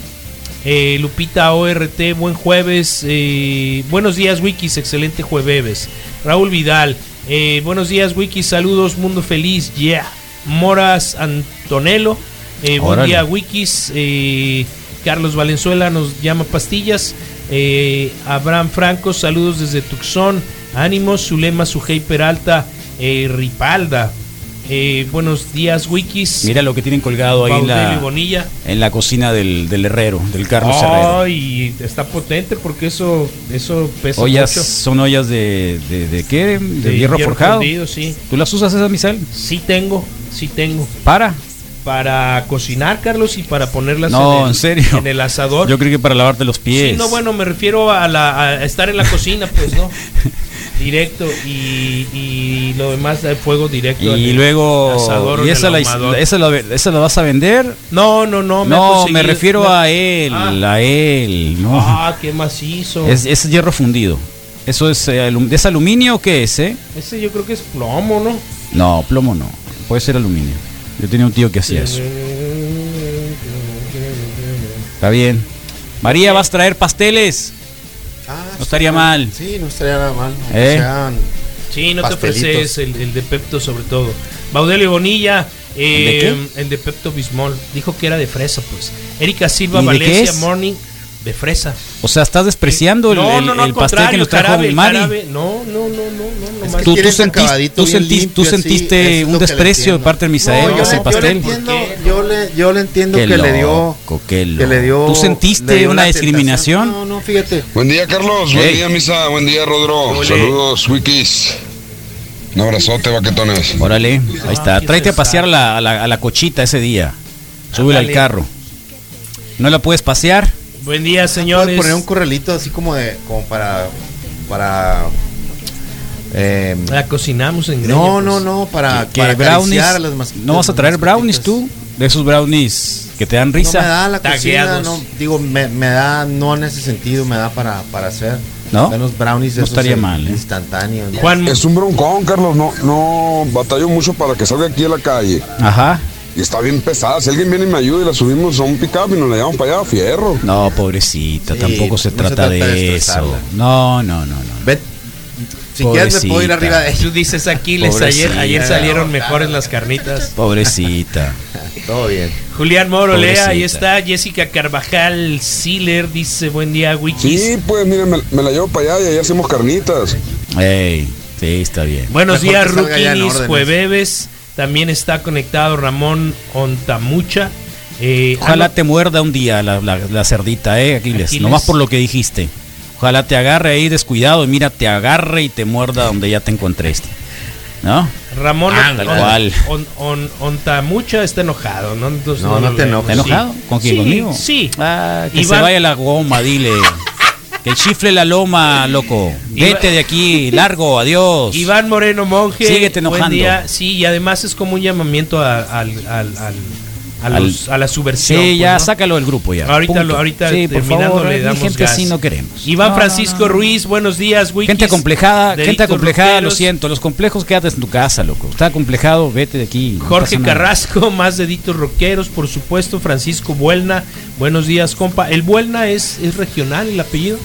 D: Eh, Lupita ORT, buen jueves, eh, buenos días Wikis, excelente jueves, Raúl Vidal, eh, buenos días Wikis, saludos Mundo Feliz, yeah, Moras Antonello, eh, buen
B: Órale.
D: día Wikis, eh, Carlos Valenzuela nos llama Pastillas, eh, Abraham Franco, saludos desde Tucson, Ánimos, Zulema Sujei Peralta, eh, Ripalda, eh, buenos días Wikis,
B: Mira lo que tienen colgado ahí en
D: Baudelio
B: la,
D: y Bonilla.
B: en la cocina del, del herrero, del Carlos Herrero.
D: Ay, está potente porque eso, eso pesa
B: Ollas,
D: mucho.
B: son ollas de, de, de qué? De,
D: De
B: hierro, forjado.
D: fundido, sí.
B: ¿Tú las usas esas, Misael?
D: Sí tengo, sí tengo.
B: ¿Para?
D: Para cocinar, Carlos, y para ponerlas
B: No,
D: el,
B: en serio.
D: en el asador.
B: Yo creo que para lavarte los pies.
D: Sí, no, bueno, me refiero a, la, a estar en la cocina, pues, ¿no? Directo y, y lo demás de fuego directo. en
B: y
D: el
B: luego
D: asador o en
B: y
D: el
B: esa la,
D: ahumador.
B: esa, la, esa la vas a vender
D: No, no, no.
B: no
D: ha
B: me
D: conseguido-
B: refiero
D: me-
B: a él
D: Ah,
B: a él no
D: ah, qué macizo.
B: es, es hierro fundido eso es eh, alum- es aluminio o qué es eh?
D: Ese yo creo que es plomo, ¿no?
B: no plomo no puede ser aluminio yo tenía un tío que hacía eso
D: Eh,
B: está bien María vas a traer pasteles no estaría mal
C: Ah, Sí, no estaría nada mal. aunque
B: ¿Eh?
C: sean
D: Sí, no
C: pastelitos.
D: te ofreces el, el de Pepto sobre todo. Baudelio Bonilla, eh,
B: ¿El
D: ¿El, de Pepto Bismol, dijo que era de fresa, pues. Erika Silva
B: ¿Y de qué
D: Valencia
B: es?
D: Morning, de fresa.
B: o sea estás despreciando el, el- el pastel que
D: al contrario,
B: nos trajo
D: jarabe,
B: Mari
D: jarabe. No, no, no, no, no. nomás.
B: Tú, tú sentiste, tú sentiste- tú sentiste un desprecio de parte de Misael
C: No,
B: hacia el
C: yo, le
B: pastel.
C: entiendo, yo le, yo le entiendo
B: Qué
C: que le dio.
B: loco, qué
C: Que le
B: loco.
C: dio
B: ¿Tú sentiste
C: le dio
B: una
C: la tentación.
B: discriminación?
C: No, no, fíjate.
K: Buen día, Carlos. Buen día, Misa. Buen día, Rodro. Saludos, Wikis. Un abrazote, baquetones.
B: Órale,
D: Ah,
B: ahí está. Tráete a pasear a la, a la- a la cochita ese día. Súbela al
D: Ándale.
B: carro. ¿No la puedes pasear?
D: Buen día,
C: Puedes
D: señores.
C: poner un corralito así como de. como para. para. eh,
D: La cocinamos en greña,
C: no,
D: pues.
C: no, no, para,
B: Que
C: Ah, para
B: brownies.
C: acariciar a las mascotas.
B: ¿No vas a traer brownies tú? De esos brownies que te dan risa.
C: No me da la
D: Tagueados.
C: cocina, no, digo, me, me da, no en ese sentido, me da para, para hacer.
B: ¿No?
C: Unos brownies
B: No
C: esos
B: estaría
C: in-
B: mal, ¿eh?
C: Instantáneos. ¿no?
K: Es un broncón, Carlos. No, no batallo mucho para que salga aquí a la calle.
B: Ajá.
K: Y está bien pesada. Si alguien viene y me ayuda y la subimos a un pickup y nos la llevamos para allá, fierro.
B: No, pobrecita,
K: Sí,
B: tampoco se
K: no se
B: trata
K: trata
B: de,
K: de
B: eso.
K: estresarla.
B: No, no, no, no.
C: Si quieres me puedo ir arriba de
D: Tú dices Aquiles, ayer,
B: Pobrecita.
D: ayer salieron mejores las carnitas.
B: Pobrecita.
C: Todo bien.
D: Julián Moro, lea, ahí
B: Pobrecita.
D: está. Jessica Carvajal Siller dice, buen día, Wikis.
K: Sí, pues mira, me, me la llevo para allá y ahí hacemos carnitas.
B: Ey, sí, está bien.
D: Buenos
B: Mejor
D: días,
B: que salga ya en
D: Rukinis,
B: órdenes.
D: Jueves. También está conectado Ramón Ontamucha. Eh,
B: Ojalá
D: ah,
B: te muerda un día la, la- la cerdita, ¿eh, Aquiles?
D: Aquiles.
B: Nomás por lo que dijiste. Ojalá te agarre ahí descuidado y mira, te agarre y te muerda donde ya te encontraste. ¿No?
D: no, Ramón
B: Ah, Tal cual.
D: On- On- Ontamucha está enojado. No, Entonces,
B: No, no
D: lo
B: te
D: leo.
B: enojes.
D: Pues Sí.
B: ¿Enojado? ¿Con quién?
D: Sí,
B: ¿Conmigo? Ah,
D: Sí.
B: Que
D: Iván-
B: se vaya la goma, dile. Que chifle la loma, loco. Vete de aquí, largo, adiós.
D: Iván Moreno Monje.
B: Síguete enojando.
D: Buen día. Sí, y además es como un llamamiento a, al- al- al- a
B: Al-
D: los- a la subversión.
B: Sí,
D: pues,
B: ya
D: ¿no?
B: sácalo del grupo ya.
D: Ahorita,
B: Punto.
D: lo- ahorita
B: Sí, por
D: terminando
B: favor,
D: le
B: mi
D: damos
B: gente
D: gas.
B: así no queremos.
D: Iván
B: No, no,
D: Francisco Ruiz, buenos días, Wikis.
B: Gente acomplejada, gente
D: Delitos
B: acomplejada, lo
D: rockeros.
B: siento. Los complejos quédate en tu casa, loco. Está complejado, vete de aquí. no
D: Jorge
B: pasa nada.
D: Carrasco, más deditos rockeros, por supuesto. Francisco Buelna, buenos días, compa. ¿El Buelna es, es regional el apellido?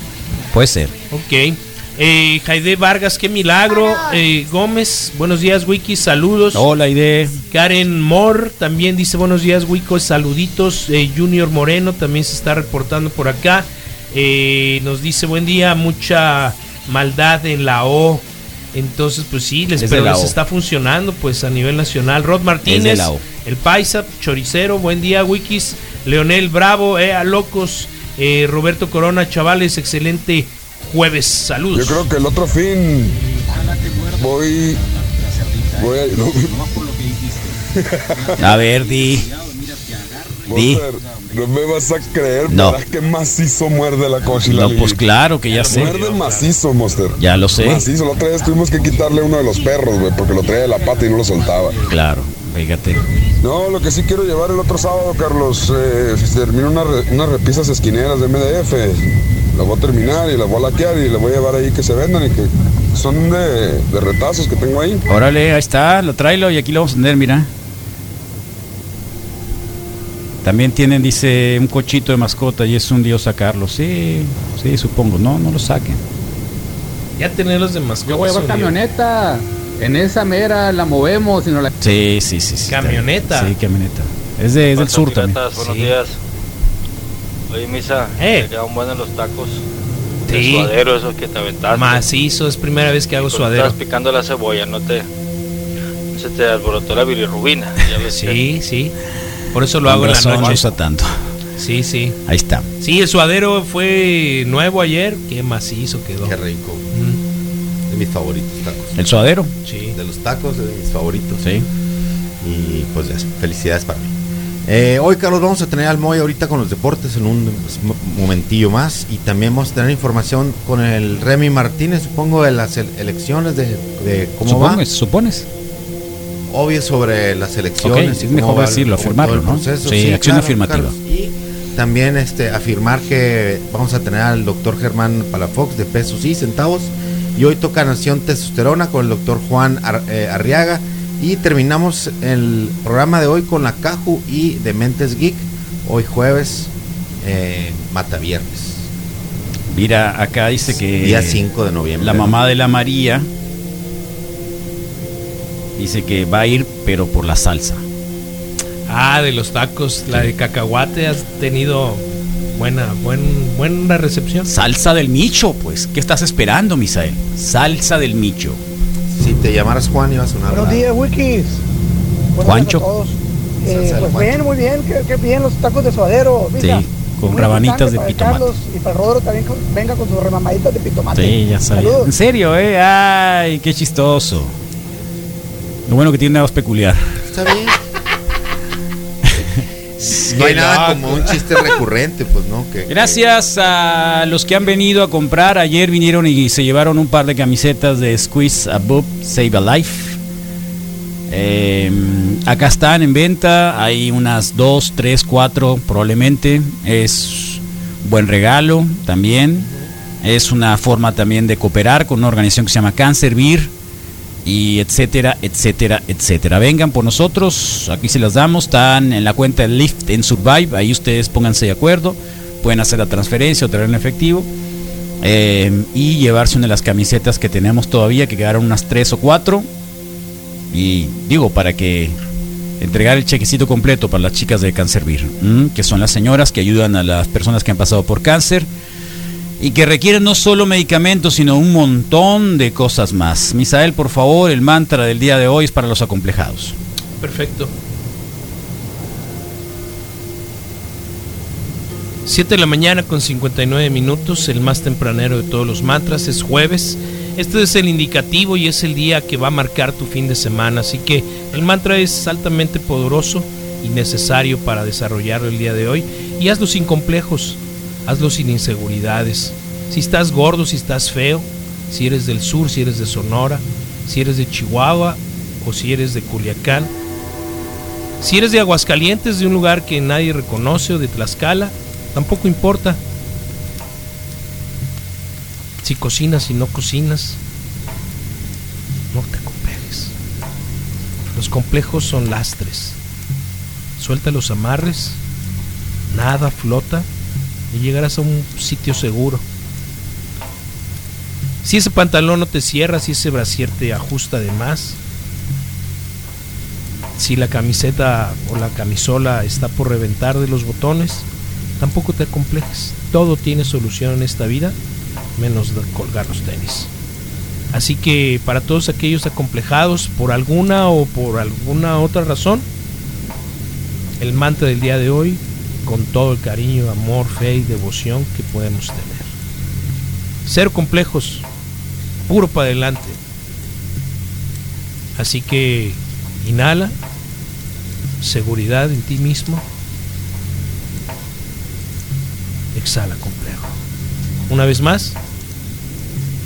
B: Puede ser.
D: Ok. Eh, Jaide Vargas, qué milagro. Eh, Gómez, buenos días, Wiki, saludos.
B: Hola, Ide.
D: Karen Moore también dice buenos días, Wico, saluditos. Eh, Junior Moreno también se está reportando por acá. Eh, nos dice buen día, mucha maldad en la O. Entonces, pues sí, les,
B: Es
D: pero
B: de la
D: les
B: O.
D: está funcionando pues a nivel nacional. Rod Martínez,
B: la O.
D: el Paisa, Choricero, buen día, Wikis. Leonel Bravo, eh, a locos. Eh, Roberto Corona, chavales, excelente jueves. Saludos.
K: Yo creo que el otro fin voy. Voy a. no,
B: A ver, di. Di.
K: Walter, no me vas a creer,
B: No.
K: ¿verdad? Que macizo muerde la cochila.
B: No, pues claro que ya sé.
K: Muerde macizo, Monster.
B: Ya lo sé.
K: Macizo. La otra vez tuvimos que quitarle uno de los perros, güey, porque lo traía de la pata y no lo soltaba.
B: Claro, fíjate.
K: No, lo que sí quiero llevar el otro sábado, Carlos, eh, termino una re- unas repisas esquineras de MDF. Las voy a terminar y las voy a laquear y las voy a llevar ahí que se vendan y que son de, de retazos que tengo ahí.
B: Órale, ahí está, lo tráelo y aquí lo vamos a tener, mira. También tienen, dice, un cochito de mascota y es un dios sacarlo. Sí, sí, supongo. No, no lo saquen.
D: Ya tenerlos de mascotas.
I: Yo voy a llevar Pues camioneta. En esa mera la movemos y nos la.
B: Sí, sí, sí. sí
I: Camioneta.
B: está bien. Sí, camioneta. Es, de- es del
L: Pasa,
B: sur también.
L: piratas, Buenos
B: Sí.
L: días. Oye, Misa,
D: Eh.
L: te quedan buenos los tacos.
D: Sí.
L: El suadero, esos que te aventaste.
D: Macizo, es primera vez que hago
L: Cuando
D: suadero.
L: Estás picando la cebolla, no te. no Se te alborotó la bilirrubina. ya ves
D: Sí, sí. Por eso lo
B: Con
D: hago en la
B: razón,
D: noche.
B: no usa tanto.
D: Sí, sí.
B: Ahí está.
D: Sí, el suadero fue nuevo ayer. Qué macizo quedó.
C: Qué rico. De mis favoritos tacos.
B: ¿El suadero?
C: Sí. De los tacos, de mis favoritos.
B: Sí.
C: Y pues ya, felicidades para mí. Eh, hoy, Carlos, vamos a tener al Moy ahorita con los deportes en un pues, mo- momentillo más. Y también vamos a tener información con el Remy Martínez, supongo, de las ele- elecciones, de, de cómo va.
B: Supongo, ¿Supones?
C: obvio sobre las
B: Ok,
C: elecciones.
B: es
C: y cómo
B: mejor
C: va el-
B: decirlo,
C: cómo va todo
B: afirmarlo,
C: el
B: ¿no?
C: proceso.
B: Sí, acción afirmativa.
C: Carlos. Y también este, afirmar que vamos a tener al doctor Germán Palafox de pesos y centavos. Y hoy toca Nación Testosterona con el doctor Juan Ar- eh, Arriaga. Y terminamos el programa de hoy con la Caju y Dementes Geek. Hoy jueves, eh, Mata Viernes.
B: Mira, acá dice Este que.
C: Día 5 de noviembre.
B: La mamá de la María dice que va a ir, pero por la salsa.
D: Ah, de los tacos, la de cacahuate has tenido buena, buen, buena recepción.
B: Salsa del Micho, pues. ¿Qué estás esperando, Misael? Salsa del Micho.
C: Si te llamaras Juan, ibas a sonar.
H: Buenos días, Wikis. Buenos
B: Juancho.
H: días a todos. Eh,
B: Salsa de
H: pues
B: Juancho.
H: bien, muy bien, qué, qué bien los tacos de suadero. mira.
B: Sí, con
H: Muy importante
B: rabanitas de
H: para el
B: pitomate.
H: Carlos y para el Rodro también con- venga con sus remamaditas de
A: Ah,
H: pitomate.
B: Sí, ya sabía.
H: Saludos.
B: En serio, ¿eh? Ay, qué chistoso. Lo bueno que tiene nada más peculiar.
C: Está bien. No hay nada como un chiste recurrente, pues, ¿no? Que,
B: Gracias a los que han venido a comprar. Ayer vinieron y se llevaron un par de camisetas de Squeeze a Boob Save a Life. Eh, acá están en venta. Hay unas 2, 3, 4 probablemente. Es buen regalo también. Es una forma también de cooperar con una organización que se llama Cáncer Vir y etcétera, etcétera, etcétera. Vengan por nosotros, aquí se las damos, están en la cuenta de Lyft en Survive, ahí ustedes pónganse de acuerdo, pueden hacer la transferencia o traer en efectivo eh, y llevarse una de las camisetas que tenemos todavía, que quedaron unas tres o cuatro. Y digo, para que entregar el chequecito completo para las chicas de Cancervir, ¿m? que son las señoras que ayudan a las personas que han pasado por cáncer y que requieren no solo medicamentos, sino un montón de cosas más. Misael, por favor, el mantra del día de hoy es para los acomplejados.
D: Perfecto. Siete de la mañana con 59 minutos, el más tempranero de todos los mantras, es jueves. Este es el indicativo y es el día que va a marcar tu fin de semana, así que el mantra es altamente poderoso y necesario para desarrollarlo el día de hoy. Y hazlo sin complejos, hazlo sin inseguridades. Si estás gordo, si estás feo, si eres del sur, si eres de Sonora, si eres de Chihuahua o si eres de Culiacán, si eres de Aguascalientes, de un lugar que nadie reconoce o de Tlaxcala, tampoco importa. Si cocinas, si no cocinas, no te complejes. Los complejos son lastres. Suelta los amarres, nada flota y llegarás a un sitio seguro. Si ese pantalón no te cierra, si ese brasier te ajusta de más, si la camiseta o la camisola está por reventar de los botones, tampoco te complejes. Todo tiene solución en esta vida, menos de colgar los tenis. Así que para todos aquellos acomplejados por alguna o por alguna otra razón, el mantra del día de hoy, con todo el cariño, amor, fe y devoción que podemos tener. Ser complejos, puro para adelante. Así que inhala, seguridad en ti mismo, exhala complejo. Una vez más,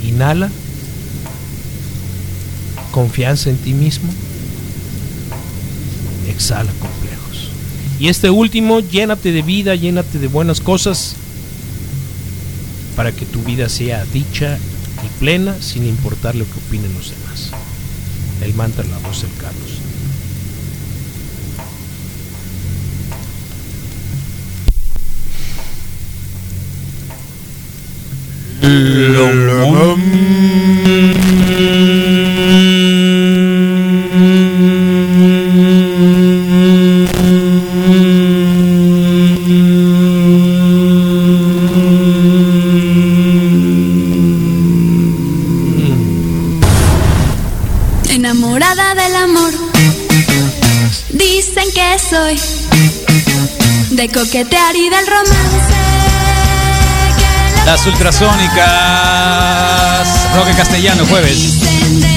D: inhala, confianza en ti mismo, exhala complejos. Y este último, llénate de vida, llénate de buenas cosas, para que tu vida sea dicha y plena, sin importar lo que opinen los demás. El mantra, la voz del Carlos.
M: Enamorada del amor, dicen que soy de coquetear y del romance.
B: Las ultrasónicas. Roque Castellano, jueves.
M: Dicen de